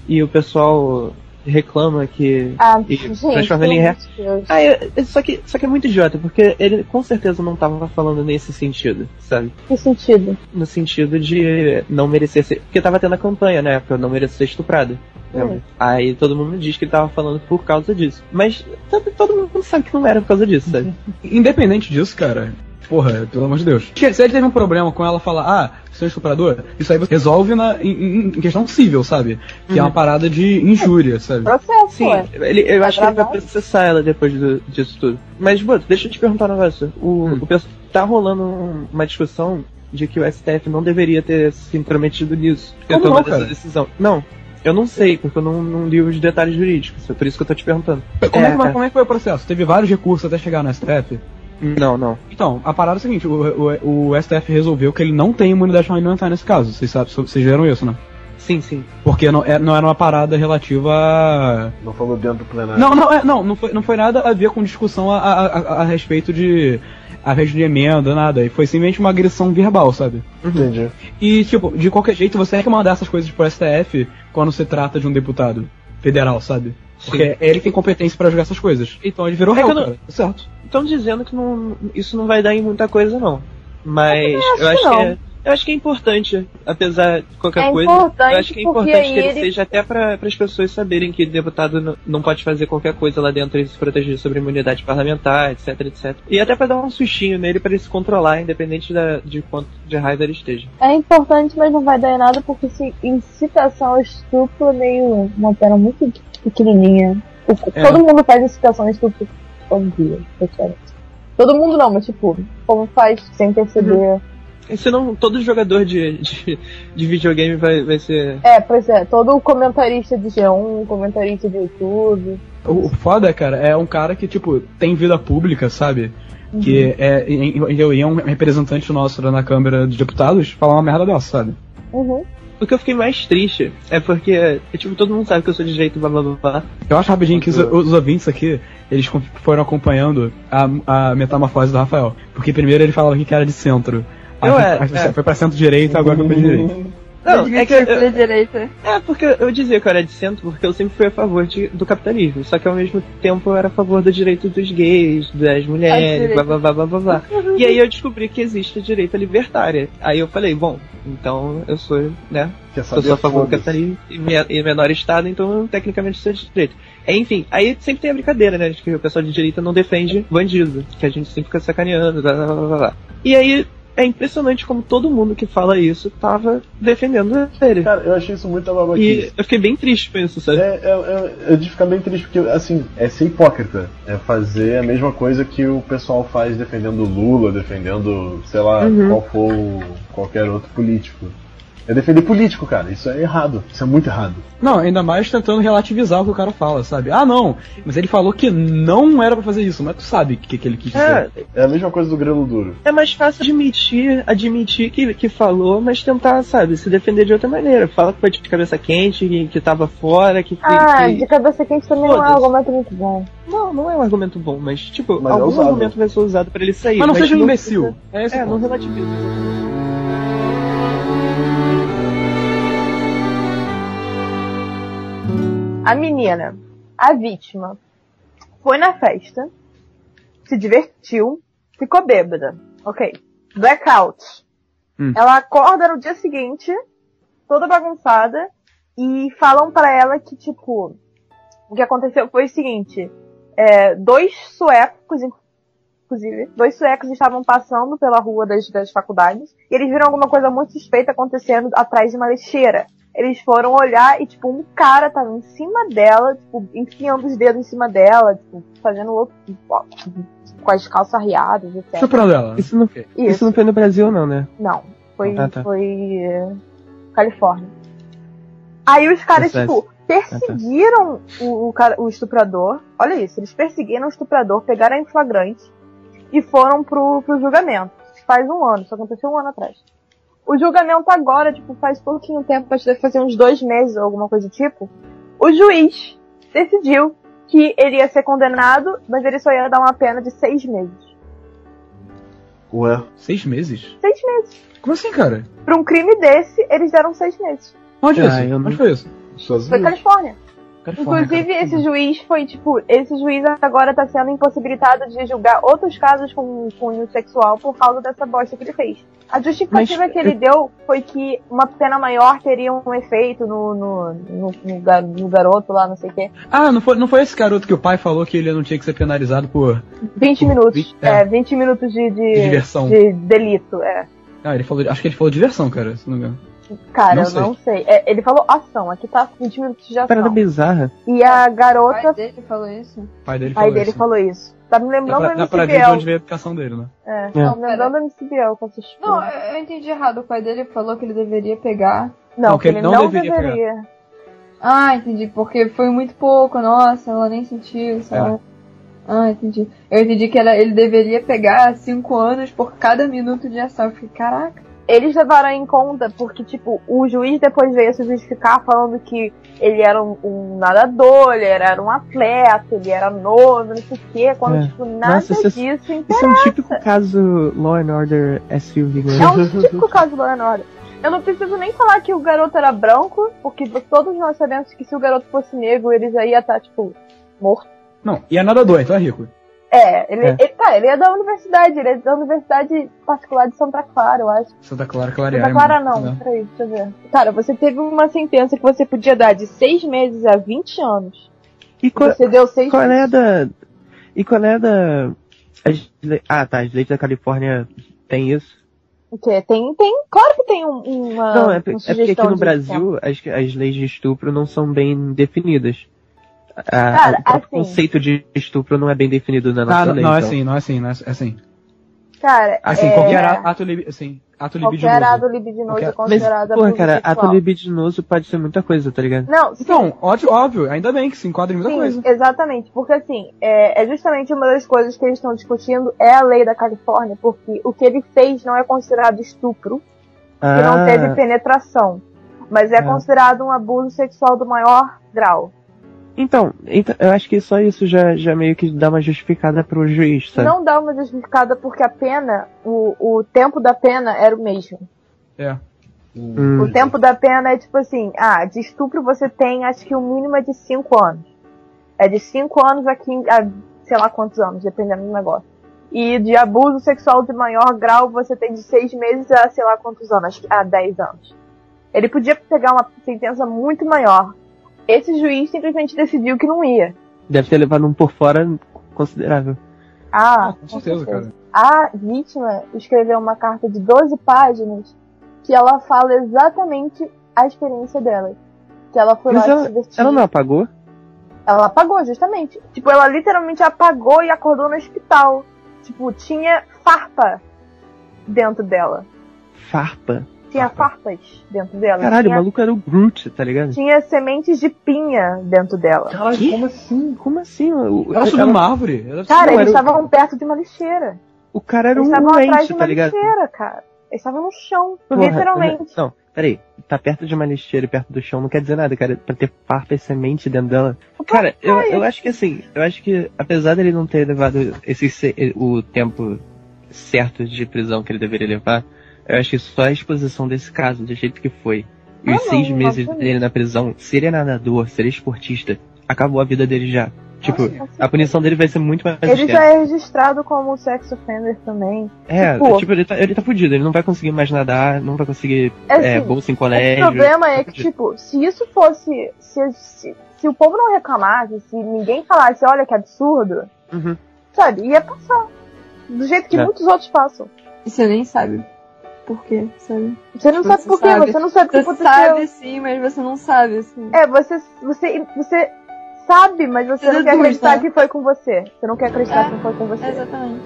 S4: e o pessoal reclama que.
S7: Ah,
S4: E
S7: gente,
S4: transforma ele em
S7: pelo
S4: ré.
S7: amor de Deus.
S4: Ah, é- é- só que, só que é muito idiota, porque ele com certeza não tava falando nesse sentido, sabe?
S7: Que sentido?
S4: no sentido de não merecer ser. Porque tava tendo a campanha na época, eu não mereço ser estuprado. lembra?
S1: É.
S7: Hum.
S4: Aí todo mundo diz que ele tava falando por causa disso. Mas todo, todo mundo sabe que não era por causa disso,
S1: Uhum.
S4: sabe?
S1: Independente disso, cara. Porra, pelo amor de Deus. Se ele teve um problema com ela falar, ah, você é estuprador, isso aí você resolve na, em- em, em questão civil, sabe? Que é uma parada de injúria, sabe?
S7: Processo,
S4: Sim,
S7: ué.
S4: ele, eu
S7: Tá
S4: acho que ele vai
S7: gravado.
S4: processar ela depois do- disso tudo. Mas, Boto, deixa eu te perguntar um negócio. O, o pessoal tá rolando um- uma discussão de que o STF não deveria ter se intrometido nisso. ter
S1: Como não,
S4: tomado essa
S1: cara?
S4: decisão. Não, eu não sei, porque eu não, não li os detalhes jurídicos. É por isso que eu tô te perguntando.
S1: Como é,
S4: É,
S1: que, mas
S4: é.
S1: como é que foi o processo? Teve vários recursos até chegar no STF.
S4: Não, não.
S1: Então, a parada é a seguinte, o, o- o STF resolveu que ele não tem imunidade parlamentar nesse caso. Vocês sabem, vocês viram isso, né?
S4: Sim, sim.
S1: Porque não, é- não era uma parada relativa a.
S9: Não falou dentro do plenário.
S1: Não, não, é, não, não foi, não foi nada a ver com discussão a, a, a- a respeito de. a respeito de emenda, nada. E foi simplesmente uma agressão verbal, sabe?
S9: Entendi.
S1: E, tipo, de qualquer jeito, você tem que mandar essas coisas pro STF quando se trata de um deputado federal, sabe? Porque é ele que tem competência pra julgar essas coisas. Então ele virou
S4: É que
S1: réu,
S4: eu não-
S1: cara. Certo.
S4: Estão dizendo que não, isso não vai dar em muita coisa, não. Mas eu
S7: acho
S4: acho, que
S7: que não.
S4: é, eu acho que é importante, apesar de qualquer
S7: É
S4: coisa.
S7: importante
S4: Eu acho que é
S7: porque
S4: importante que
S7: aí
S4: ele,
S7: ele-
S4: seja até para as pessoas saberem que deputado não, não pode fazer qualquer coisa lá dentro e se proteger sobre imunidade parlamentar, etc, etc. E até para dar um sustinho nele para ele se controlar, independente da- de quanto de raiva ele esteja.
S7: É importante, mas não vai dar em nada, porque se incitação ao estupro é meio uma pena muito pequenininha. O-
S4: É.
S7: Todo mundo faz incitação ao estupro todo dia, praticamente. Todo mundo não, mas tipo, como faz sem perceber.
S4: Uhum. E senão todo jogador de, de, de videogame vai, vai ser.
S7: É, pois é, todo comentarista de G1, comentarista de YouTube.
S1: O, o foda, cara, é um cara que, tipo, tem vida pública, sabe?
S4: Uhum.
S1: Que é, e- e- e é um representante nosso lá na Câmara dos Deputados falar uma merda dessa, sabe?
S7: Uhum.
S4: O que eu fiquei mais triste é porque, tipo, todo mundo sabe que eu sou de jeito blá blá blá blá.
S1: Eu acho rapidinho que os, os ouvintes aqui, eles com- foram acompanhando a, a metamorfose do Rafael. Porque primeiro ele falava que era de centro. Aí
S4: Eu
S1: foi,
S4: era,
S1: pra-
S4: é. Uhum.
S1: foi pra centro-direita, agora foi pra direita.
S2: Não,
S4: é que eu-
S2: direita.
S4: É, porque eu dizia que eu era de centro, porque eu sempre fui a favor de- do capitalismo. Só que ao mesmo tempo eu era a favor do direito dos gays, das mulheres,
S2: direita.
S4: blá blá blá blá blá blá. E aí eu descobri que existe a direita libertária. Aí eu falei, bom, então eu sou, né?
S9: Quer
S4: Eu sou
S9: saber?
S4: a favor do
S9: Foda-se.
S4: capitalismo e me- e menor estado, então eu, tecnicamente sou de direita. Enfim, aí sempre tem a brincadeira, né? De que o pessoal de direita não defende bandido, que a gente sempre fica sacaneando, blá blá blá blá. blá. E aí é impressionante como todo mundo que fala isso tava defendendo ele.
S9: Cara, eu achei isso muito babaquice.
S4: E eu fiquei bem triste com isso,
S9: É,
S4: sabe?
S9: é, é, é de ficar bem triste, porque, assim, é ser hipócrita. É fazer a mesma coisa que o pessoal faz defendendo o Lula, defendendo, sei lá,
S7: Uhum.
S9: qual for o, qualquer outro político. É defender político, cara. Isso é errado. Isso é muito errado.
S1: Não, ainda mais tentando relativizar o que o cara fala, sabe? Ah, não, mas ele falou que não era pra fazer isso, mas tu sabe o que, que ele quis dizer.
S4: É,
S9: É a mesma coisa do grelo duro.
S4: é mais fácil admitir, admitir que, que falou, mas tentar, sabe, se defender de outra maneira. Fala que foi tipo, de cabeça quente, que, que tava fora, que, que,
S7: Ah,
S4: que-
S7: de cabeça quente também não é um
S4: Foda-se.
S7: argumento muito bom.
S4: Não, não é um argumento bom, mas tipo,
S9: Mas é
S4: algum
S9: usado.
S4: argumento vai ser usado pra ele sair.
S1: Mas não seja um imbecil.
S4: precisa-
S1: É esse
S4: É,
S1: o
S4: não
S1: ponto.
S4: relativiza.
S7: A menina, a vítima, foi na festa, se divertiu, ficou bêbada. Ok. Blackout.
S1: Hum.
S7: Ela acorda no dia seguinte, toda bagunçada, e falam pra ela que, tipo, o que aconteceu foi o seguinte. é, dois suecos, inclusive, dois suecos estavam passando pela rua das, das faculdades, e eles viram alguma coisa muito suspeita acontecendo atrás de uma lixeira eles foram olhar e, tipo, um cara tava em cima dela, tipo, enfiando os dedos em cima dela, tipo, fazendo louco, ó, com as calças arriadas, etc.
S1: Soprando ela.
S4: Isso não, isso
S7: Isso,
S4: não foi no Brasil, não, né?
S7: não. Foi,
S4: Ah, tá.
S7: foi eh, Califórnia. Aí os caras,
S4: Processo.
S7: tipo, perseguiram o, o, cara- o estuprador. Olha isso, eles perseguiram o estuprador, pegaram em flagrante e foram pro, pro julgamento. Faz um ano, isso aconteceu um ano atrás. O julgamento agora, tipo, faz pouquinho tempo, acho que deve fazer uns dois meses ou alguma coisa do tipo. O juiz decidiu que ele ia ser condenado, mas ele só ia dar uma pena de seis meses.
S9: Ué,
S1: Seis meses?
S7: Seis meses.
S1: Como assim, cara?
S7: Pra um crime desse, eles deram seis meses.
S1: Onde
S4: Ah,
S1: isso?
S4: eu não-
S1: Onde foi isso?
S9: Estados
S7: Foi
S9: Unidos.
S7: Califórnia.
S1: Califórnia,
S7: Inclusive,
S1: cara.
S7: esse juiz foi, tipo, esse juiz agora tá sendo impossibilitado de julgar outros casos com cunho sexual por causa dessa bosta que ele fez. A justificativa
S4: Mas
S7: que ele deu foi que uma pena maior teria um efeito no, no, no, no gar- no garoto lá, não sei o quê.
S1: Ah, não foi, não foi esse garoto que o pai falou que ele não tinha que ser penalizado por
S7: 20 minutos.
S1: vinte- é.
S7: É, 20 minutos de, de,
S1: diversão.
S7: de delito, é.
S1: Ah, ele falou. Acho que ele falou diversão, cara, se não me engano.
S7: Cara,
S1: Não
S7: eu
S1: sei.
S7: não sei. É, ele falou ação, aqui tá 20 minutos de ação.
S4: Parada bizarra.
S7: E a
S2: O pai
S7: garota
S2: dele falou isso?
S1: O pai dele
S7: O pai
S1: falou
S7: dele
S1: isso.
S7: falou isso. Tá me
S1: Dá
S7: lembrando
S1: pra,
S7: do
S1: dá
S7: MC
S1: pra ver de onde
S7: Biel.
S1: veio a educação dele, né?
S7: É,
S4: É.
S7: tá me lembrando do MC Biel que eu assisti.
S2: Não, eu eu entendi errado. O pai dele falou que ele deveria pegar.
S7: Não,
S1: Não,
S7: que ele não,
S1: deveria
S7: deveria.
S1: pegar.
S2: Ah, entendi. Porque foi muito pouco. Nossa, ela nem sentiu. sei
S1: É.
S2: lá. Ah, entendi. Eu entendi que ela- ele deveria pegar cinco anos por cada minuto de ação. Eu fiquei, caraca.
S7: Eles levaram em conta porque, tipo, o juiz depois veio se justificar falando que ele era um, um nadador, ele era um atleta, ele era novo, não sei o quê, quando,
S4: É.
S7: tipo, nada
S4: Nossa, isso é- *laughs*
S7: disso. Então,
S4: Isso é um típico caso Law and Order SUV, né?
S7: é um típico caso do Leonardo. Eu não preciso nem falar que o garoto era branco, porque todos nós sabemos que se o garoto fosse negro, ele já ia estar, tipo, morto.
S1: Não, e é nadador, então é rico.
S7: É, ele,
S4: É.
S7: ele- cara, ele é da universidade, ele é da universidade particular de Santa Clara, eu acho.
S1: Santa Clara clarear.
S7: Santa Clara
S1: mano.
S7: não, peraí, deixa eu ver. Cara, você teve uma sentença que você podia dar de seis meses a 20 anos.
S4: E qual,
S7: Você deu seis
S4: qual é da. E qual é da. as le- ah, tá, as leis da Califórnia tem isso?
S7: O quê? Tem, tem, claro que tem um- uma.
S4: Não, é, é
S7: uma
S4: porque aqui
S7: sugestão
S4: no
S7: de
S4: Brasil as, as leis de estupro não são bem definidas. A- a-
S7: Cara,
S4: o próprio
S7: assim-
S4: conceito de estupro não é bem definido na nossa
S1: Ah, não,
S4: lei.
S1: não, é
S4: então.
S1: assim, não é assim, não é é assim.
S7: tempo. Cara,
S1: Assim,
S7: é,
S1: qualquer a- ato libido. Assim, ato libido.
S7: qualquer ato libidinoso
S1: Qualquer-
S7: é
S1: Mas,
S4: Mas,
S7: considerado
S4: porra,
S7: abuso
S4: cara,
S7: sexual.
S4: ato libidinoso pode ser muita coisa, tá ligado?
S7: Não, sim,
S1: Então, ótimo, óbvio, ainda bem que se enquadra em muita
S7: Sim,
S1: coisa.
S7: exatamente, porque assim, é, é justamente uma das coisas que eles estão discutindo é a lei da Califórnia, porque o que ele fez não é considerado estupro, que não teve penetração, mas
S4: Ah.
S7: é,
S4: É.
S7: considerado um abuso sexual do maior grau.
S4: Então, então, eu acho que só isso já, já meio que dá uma justificada pro juiz, sabe?
S7: Não dá uma justificada porque a pena, o, o tempo da pena era o mesmo.
S1: É.
S9: Hum.
S7: O tempo da pena é tipo assim, ah, de estupro você tem, acho que o mínimo é de 5 anos. É de 5 anos a, 15, a sei lá quantos anos, dependendo do negócio. E de abuso sexual de maior grau você tem de 6 meses a sei lá quantos anos, acho que a 10 anos. Ele podia pegar uma sentença muito maior. Esse juiz simplesmente decidiu que não ia.
S4: Deve ter levado um por fora considerável.
S7: Ah,
S1: Com certeza, cara.
S7: a vítima escreveu uma carta de 12 páginas que ela fala exatamente a experiência dela. Que ela foi
S4: Mas
S7: lá
S4: ela-
S7: se divertir.
S4: Ela não apagou?
S7: Ela apagou, justamente. Tipo, ela literalmente apagou e acordou no hospital. Tipo, tinha farpa dentro dela.
S4: Farpa.
S7: Tinha farpas dentro dela.
S4: Caralho, o
S7: tinha,
S4: maluco era o Groot, tá ligado?
S7: tinha sementes de pinha dentro dela.
S4: Caralho, como assim? Como assim? O,
S1: Ela subiu uma árvore. Ela
S7: Cara,
S4: era
S7: eles
S4: o-
S7: estavam perto de uma lixeira.
S4: o cara era
S7: Eles
S4: um
S7: estavam atrás de
S4: doente,
S7: uma
S4: tá ligado?
S7: lixeira, cara. Eles estavam no chão,
S4: Porra,
S7: literalmente.
S4: Não, peraí. Tá perto de uma lixeira e perto do chão não quer dizer nada, cara. Pra ter farpa e semente dentro dela. Cara, eu, eu acho que assim, eu acho que apesar dele não ter levado esse, se- o tempo certo de prisão que ele deveria levar, eu acho que só a exposição desse caso, do jeito que foi, e
S7: Ah,
S4: os seis
S7: não,
S4: meses
S7: obviamente.
S4: dele na prisão, se ele é nadador, se ele é esportista, acabou a vida dele já. Tipo,
S1: sim.
S4: a punição dele vai ser muito mais
S7: Ele
S4: extensa.
S7: já é registrado como sex offender também.
S4: É,
S7: Tipo-
S4: tipo, ele tá, ele tá fudido, ele não vai conseguir mais nadar, não vai conseguir
S7: É assim,
S4: é, bolsa em
S7: o
S4: colégio.
S7: problema é que, tipo, se isso fosse. Se, se, se o povo não reclamasse, se ninguém falasse, olha que absurdo,
S4: Uhum.
S7: sabe, ia passar. Do jeito que
S4: É.
S7: muitos outros passam.
S2: E você nem sabe por quê, sabe?
S7: Você não
S2: Tipo, Você
S7: sabe por quê,
S2: sabe.
S7: você não sabe o que
S2: Você
S7: aconteceu.
S2: sabe sim, mas você não sabe, assim.
S7: É, você, você, você sabe, mas você
S2: Você
S7: não quer
S2: deduz,
S7: acreditar
S2: né?
S7: que foi com você. Você não quer acreditar
S2: É.
S7: que foi com você.
S2: Exatamente.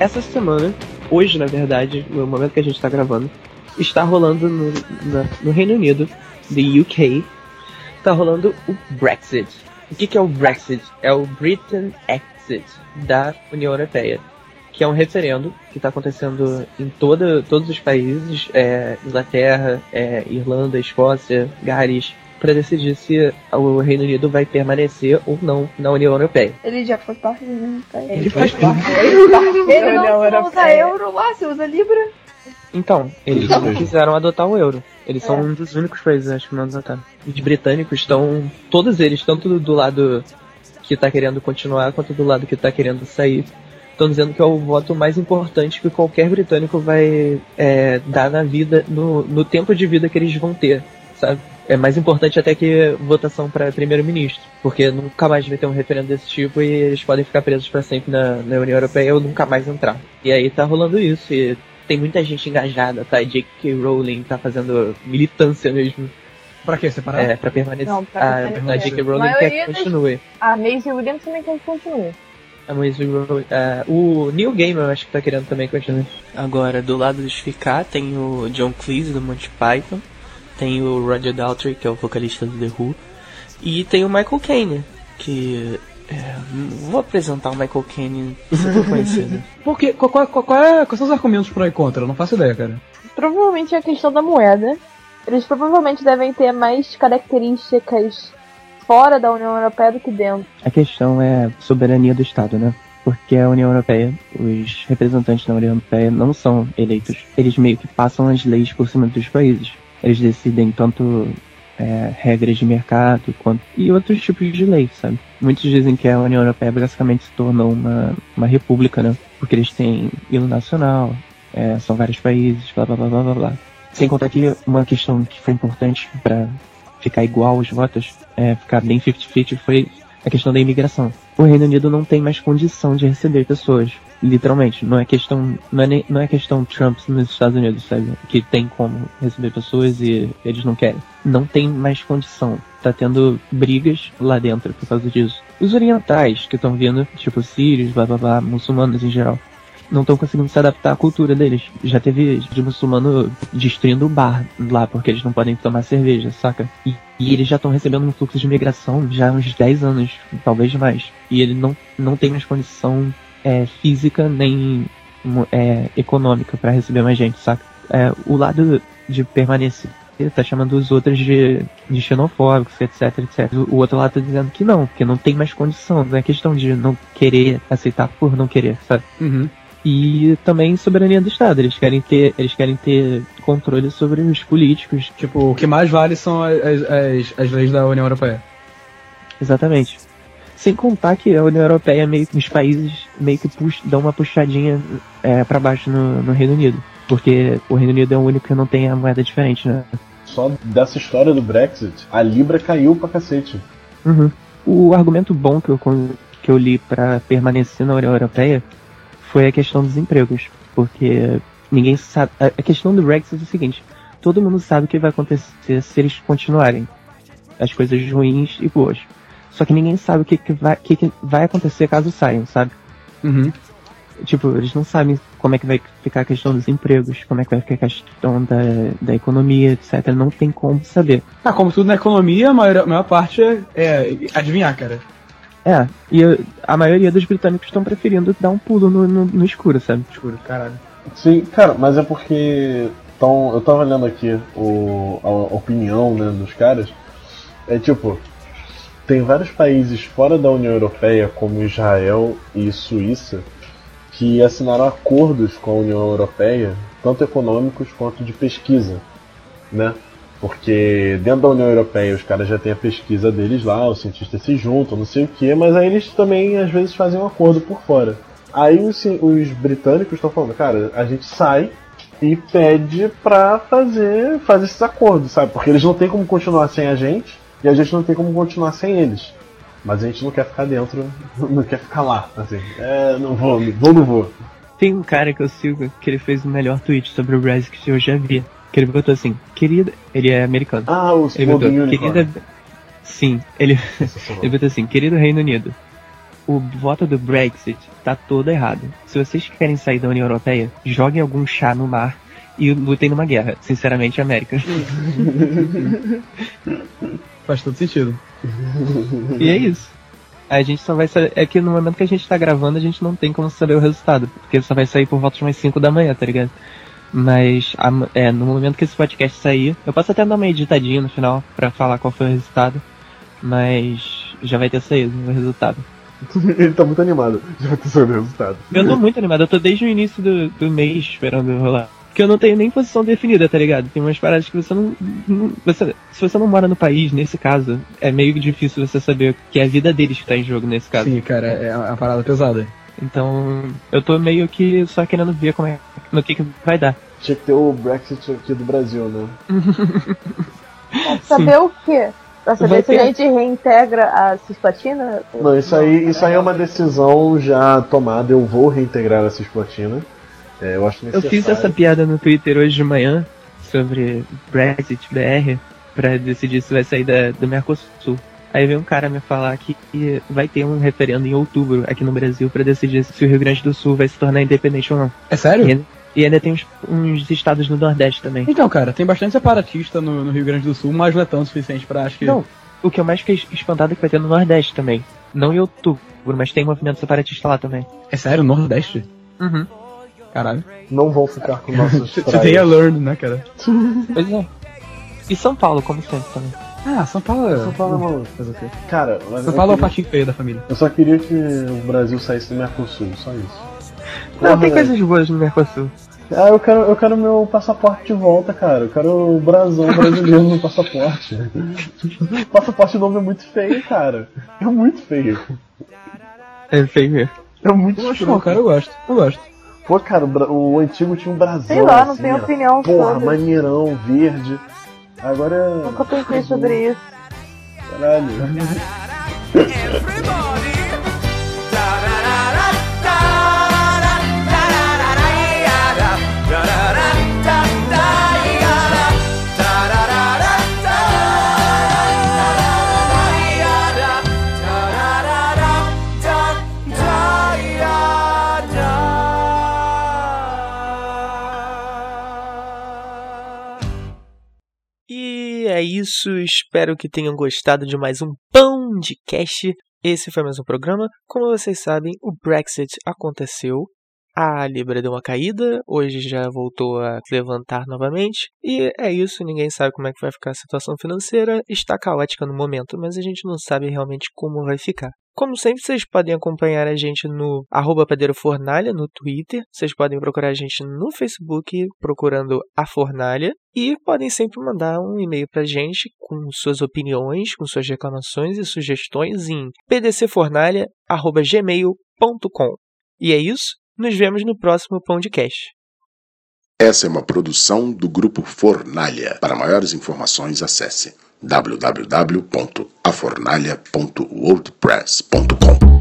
S4: Essa semana, hoje na verdade, no momento que a gente tá gravando, está rolando no, na- no Reino Unido, the UK, tá rolando o Brexit. O que, que é o Brexit? É o Britain Exit da União Europeia, que é um referendo que está acontecendo em toda, todos os países, é, Inglaterra, é, Irlanda, Escócia, Gales, para decidir se o Reino Unido vai permanecer ou não na União Europeia.
S2: Ele já foi parte do mundo, tá? Ele,
S4: faz parte.
S2: ele não, você não usa euro lá, você usa libra.
S4: Então, eles
S9: Então.
S4: não quiseram adotar o euro. Eles são um dos únicos países, acho que não adotaram. Os britânicos estão. Todos eles, tanto do lado que tá querendo continuar quanto do lado que tá querendo sair, estão dizendo que é o voto mais importante que qualquer britânico vai é, dar na vida, no, no tempo de vida que eles vão ter, sabe? É mais importante até que votação para primeiro-ministro, porque nunca mais vai ter um referendo desse tipo e eles podem ficar presos para sempre na, na União Europeia ou nunca mais entrar. E aí tá rolando isso, e tem muita gente engajada, tá? J.K. Rowling tá fazendo militância mesmo
S1: Pra quê? Separar?
S4: é, pra permanecer.
S7: Não, pra
S4: a-
S7: permanecer.
S4: a J.K. Rowling quer
S7: Maioria
S4: que
S7: das-
S4: continue. Ah,
S7: A Maisie Williams também quer que continue.
S4: A Maisie Rowling- é, o Neil Gaiman eu acho que tá querendo também continuar. Agora, do lado de ficar, tem o John Cleese do Monty Python, tem o Roger Daltrey, que é o vocalista do The Who, e tem o Michael Caine, que... é, vou apresentar o Michael Caine super conhecido.
S1: Por quê? Qual, qual- qual- qual é- quais são os argumentos pró e contra? Eu não faço ideia, cara.
S7: Provavelmente é a questão da moeda. Eles provavelmente devem ter mais características fora da União Europeia do que dentro.
S4: A questão é soberania do Estado, né? Porque a União Europeia, os representantes da União Europeia não são eleitos. Eles meio que passam as leis por cima dos países. Eles decidem tanto é, regras de mercado quanto e outros tipos de lei, sabe? Muitos dizem que a União Europeia basicamente se tornou uma, uma república, né? Porque eles têm hino nacional, é, são vários países, blá blá blá blá blá blá. Sem contar que uma questão que foi importante para ficar igual os votos, é, ficar bem 50-50, foi a questão da imigração. O Reino Unido não tem mais condição de receber pessoas, literalmente. Não é questão, não é, nem- não é questão Trump nos Estados Unidos, sabe? Que tem como receber pessoas e eles não querem. Não tem mais condição. Tá tendo brigas lá dentro por causa disso. Os orientais que estão vindo, tipo sírios, blá blá blá, muçulmanos em geral, não estão conseguindo se adaptar à cultura deles. Já teve de muçulmano destruindo o bar lá, porque eles não podem tomar cerveja, saca? E, e eles já estão recebendo um fluxo de imigração já há uns 10 anos, talvez mais. E ele não, não tem mais condição é, física nem mo- é, econômica para receber mais gente, saca? É, o lado de permanecer que tá chamando os outros de, de xenofóbicos, etc, etc. O, o outro lá tá dizendo que não, porque não tem mais condição, não é questão de não querer aceitar por não querer, sabe?
S1: Uhum.
S4: E também soberania do Estado, eles querem ter, eles querem ter controle sobre os políticos,
S1: Tipo, o que mais vale são as, as, as leis da União Europeia.
S4: Exatamente. Sem contar que a União Europeia, meio que os países meio que pux, dão uma puxadinha é, para baixo no, no Reino Unido. Porque o Reino Unido é o único que não tem a moeda diferente, né?
S3: Só dessa história do Brexit, a Libra caiu pra cacete.
S4: Uhum. O argumento bom que eu, con- que eu li para permanecer na União Europeia foi a questão dos empregos, porque ninguém sabe. A a questão do Brexit é o seguinte: todo mundo sabe o que vai acontecer se eles continuarem, as coisas ruins e boas. Só que ninguém sabe o que, que, vai, que, que vai acontecer caso saiam, sabe?
S1: Uhum.
S4: Tipo, eles não sabem como é que vai ficar a questão dos empregos, como é que vai ficar a questão da, da economia, etc. Não tem como saber.
S1: Ah, como tudo na economia, a maior, a maior parte é, é adivinhar, cara.
S4: É, e eu- a maioria dos britânicos estão preferindo dar um pulo no, no, no escuro, sabe?
S1: Escuro, caralho.
S3: Sim, cara, mas é porque. Então, eu tava lendo aqui o, a opinião né, dos caras. É tipo, tem vários países fora da União Europeia, como Israel e Suíça, que assinaram acordos com a União Europeia, tanto econômicos quanto de pesquisa, né? Porque dentro da União Europeia os caras já têm a pesquisa deles lá, os cientistas se juntam, não sei o que, mas aí eles também às vezes fazem um acordo por fora. Aí os, ci- os britânicos estão falando, cara, a gente sai e pede pra fazer, fazer esses acordos, sabe? Porque eles não têm como continuar sem a gente e a gente não tem como continuar sem eles. Mas a gente não quer ficar dentro, *laughs* não quer ficar lá, assim. É, não vou, vou, não vou.
S4: Tem um cara que eu sigo que ele fez o melhor tweet sobre o Brexit que eu já vi. Que ele botou assim, querida. Ele é americano.
S3: Ah, o
S4: Ele botou,
S3: Golden Unicorn.
S4: querida. Sim, ele, ele
S3: Sensacional.
S4: botou assim, querido Reino Unido, o voto do Brexit tá todo errado. Se vocês querem sair da União Europeia, joguem algum chá no mar e lutem numa guerra. Sinceramente, América.
S1: Faz todo sentido.
S4: E é isso. A gente só vai saber. É que no momento que a gente tá gravando, a gente não tem como saber o resultado. Porque só vai sair por volta de umas 5 da manhã, tá ligado? Mas am- é, no momento que esse podcast sair, eu posso até dar uma editadinha no final pra falar qual foi o resultado. Mas já vai ter saído o resultado.
S3: Ele tá muito animado. Já vai ter sabido o resultado.
S4: Eu tô muito animado, eu tô desde o início do, do mês esperando rolar. Porque eu não tenho nem posição definida, tá ligado? Tem umas paradas que você não. não- você, se você não mora no país, nesse caso, é meio difícil você saber que é a vida deles que tá em jogo nesse caso.
S1: Sim, cara, é uma parada pesada.
S4: Então, eu tô meio que só querendo ver como é, no que, que vai dar.
S3: Tinha que ter o Brexit aqui do Brasil, né?
S7: Saber o quê? Pra
S4: Vai
S7: saber se a gente reintegra a cisplatina?
S3: Não, isso aí, isso aí é uma decisão já tomada. Eu vou reintegrar essa explotina. É, eu acho
S4: Eu
S3: necessário.
S4: fiz essa piada no Twitter hoje de manhã sobre Brexit BR pra decidir se vai sair da, do Mercosul. Aí veio um cara me falar que vai ter um referendo em outubro aqui no Brasil pra decidir se o Rio Grande do Sul vai se tornar independente ou não.
S1: É sério?
S4: E, e ainda tem uns, uns estados no Nordeste também.
S1: Então, cara, tem bastante separatista no, no Rio Grande do Sul, mas não é tão suficiente pra acho que.
S4: Não, o que eu mais fiquei espantado é que vai ter no Nordeste também. Não em outubro, mas tem movimento separatista lá também.
S1: É sério, Nordeste?
S4: Uhum.
S1: Caralho.
S3: Não vão ficar com
S4: *laughs*
S3: nossos
S1: Today I
S3: praias.
S1: learned, né, cara?
S4: Pois é. E São Paulo, como sempre também.
S1: Ah, São Paulo.
S3: São Paulo é maluco.
S1: Fazer o quê?
S3: Cara, mas
S1: São
S3: eu
S1: Paulo é o
S3: queria-
S1: patinho feio da família.
S3: eu só queria que o Brasil saísse do Mercosul, só isso.
S4: Não, tem
S3: Porra,
S4: coisas boas no Mercosul.
S3: Ah, eu quero, eu quero meu passaporte de volta, cara. Eu quero o brasão brasileiro no passaporte. *laughs* passaporte novo é muito feio, cara. É muito feio.
S4: É feio mesmo.
S3: É muito
S1: Eu acho
S3: escroto.
S1: bom, cara, eu gosto. Eu gosto.
S3: Pô, cara, o, bra- o antigo tinha um brasão.
S7: Sei lá, não
S3: assim,
S7: tenho
S3: ó.
S7: opinião
S3: Porra,
S7: sobre.
S3: maneirão, verde. Agora. é
S7: Nunca pensei sobre isso.
S3: Caralho.
S8: Everybody. Da-da-da-da-da-da-da-da-da-da-da-da-da-da. Da-da-da-da-da-da-da-da. Da-da-da-da-da-da-da-da-da-da-da-da. Da-da-da-da-da-da-da-da.
S11: E é isso, espero que tenham gostado de mais um Pão de Cash. Esse foi mais um programa. Como vocês sabem, o Brexit aconteceu
S4: A Libra deu uma caída, hoje já voltou a levantar novamente. E é isso, ninguém sabe como é que vai ficar a situação financeira. Está caótica no momento, mas a gente não sabe realmente como vai ficar. Como sempre, vocês podem acompanhar a gente no arroba Padeiro Fornalha no Twitter. Vocês podem procurar a gente no Facebook procurando a Fornalha. E podem sempre mandar um e-mail pra gente com suas opiniões, com suas reclamações e sugestões em pdcfornalha.gmail.com. E é isso. Nos vemos no próximo podcast.
S12: Essa é uma produção do Grupo Fornalha. Para maiores informações, acesse www.afornalha.wordpress.com.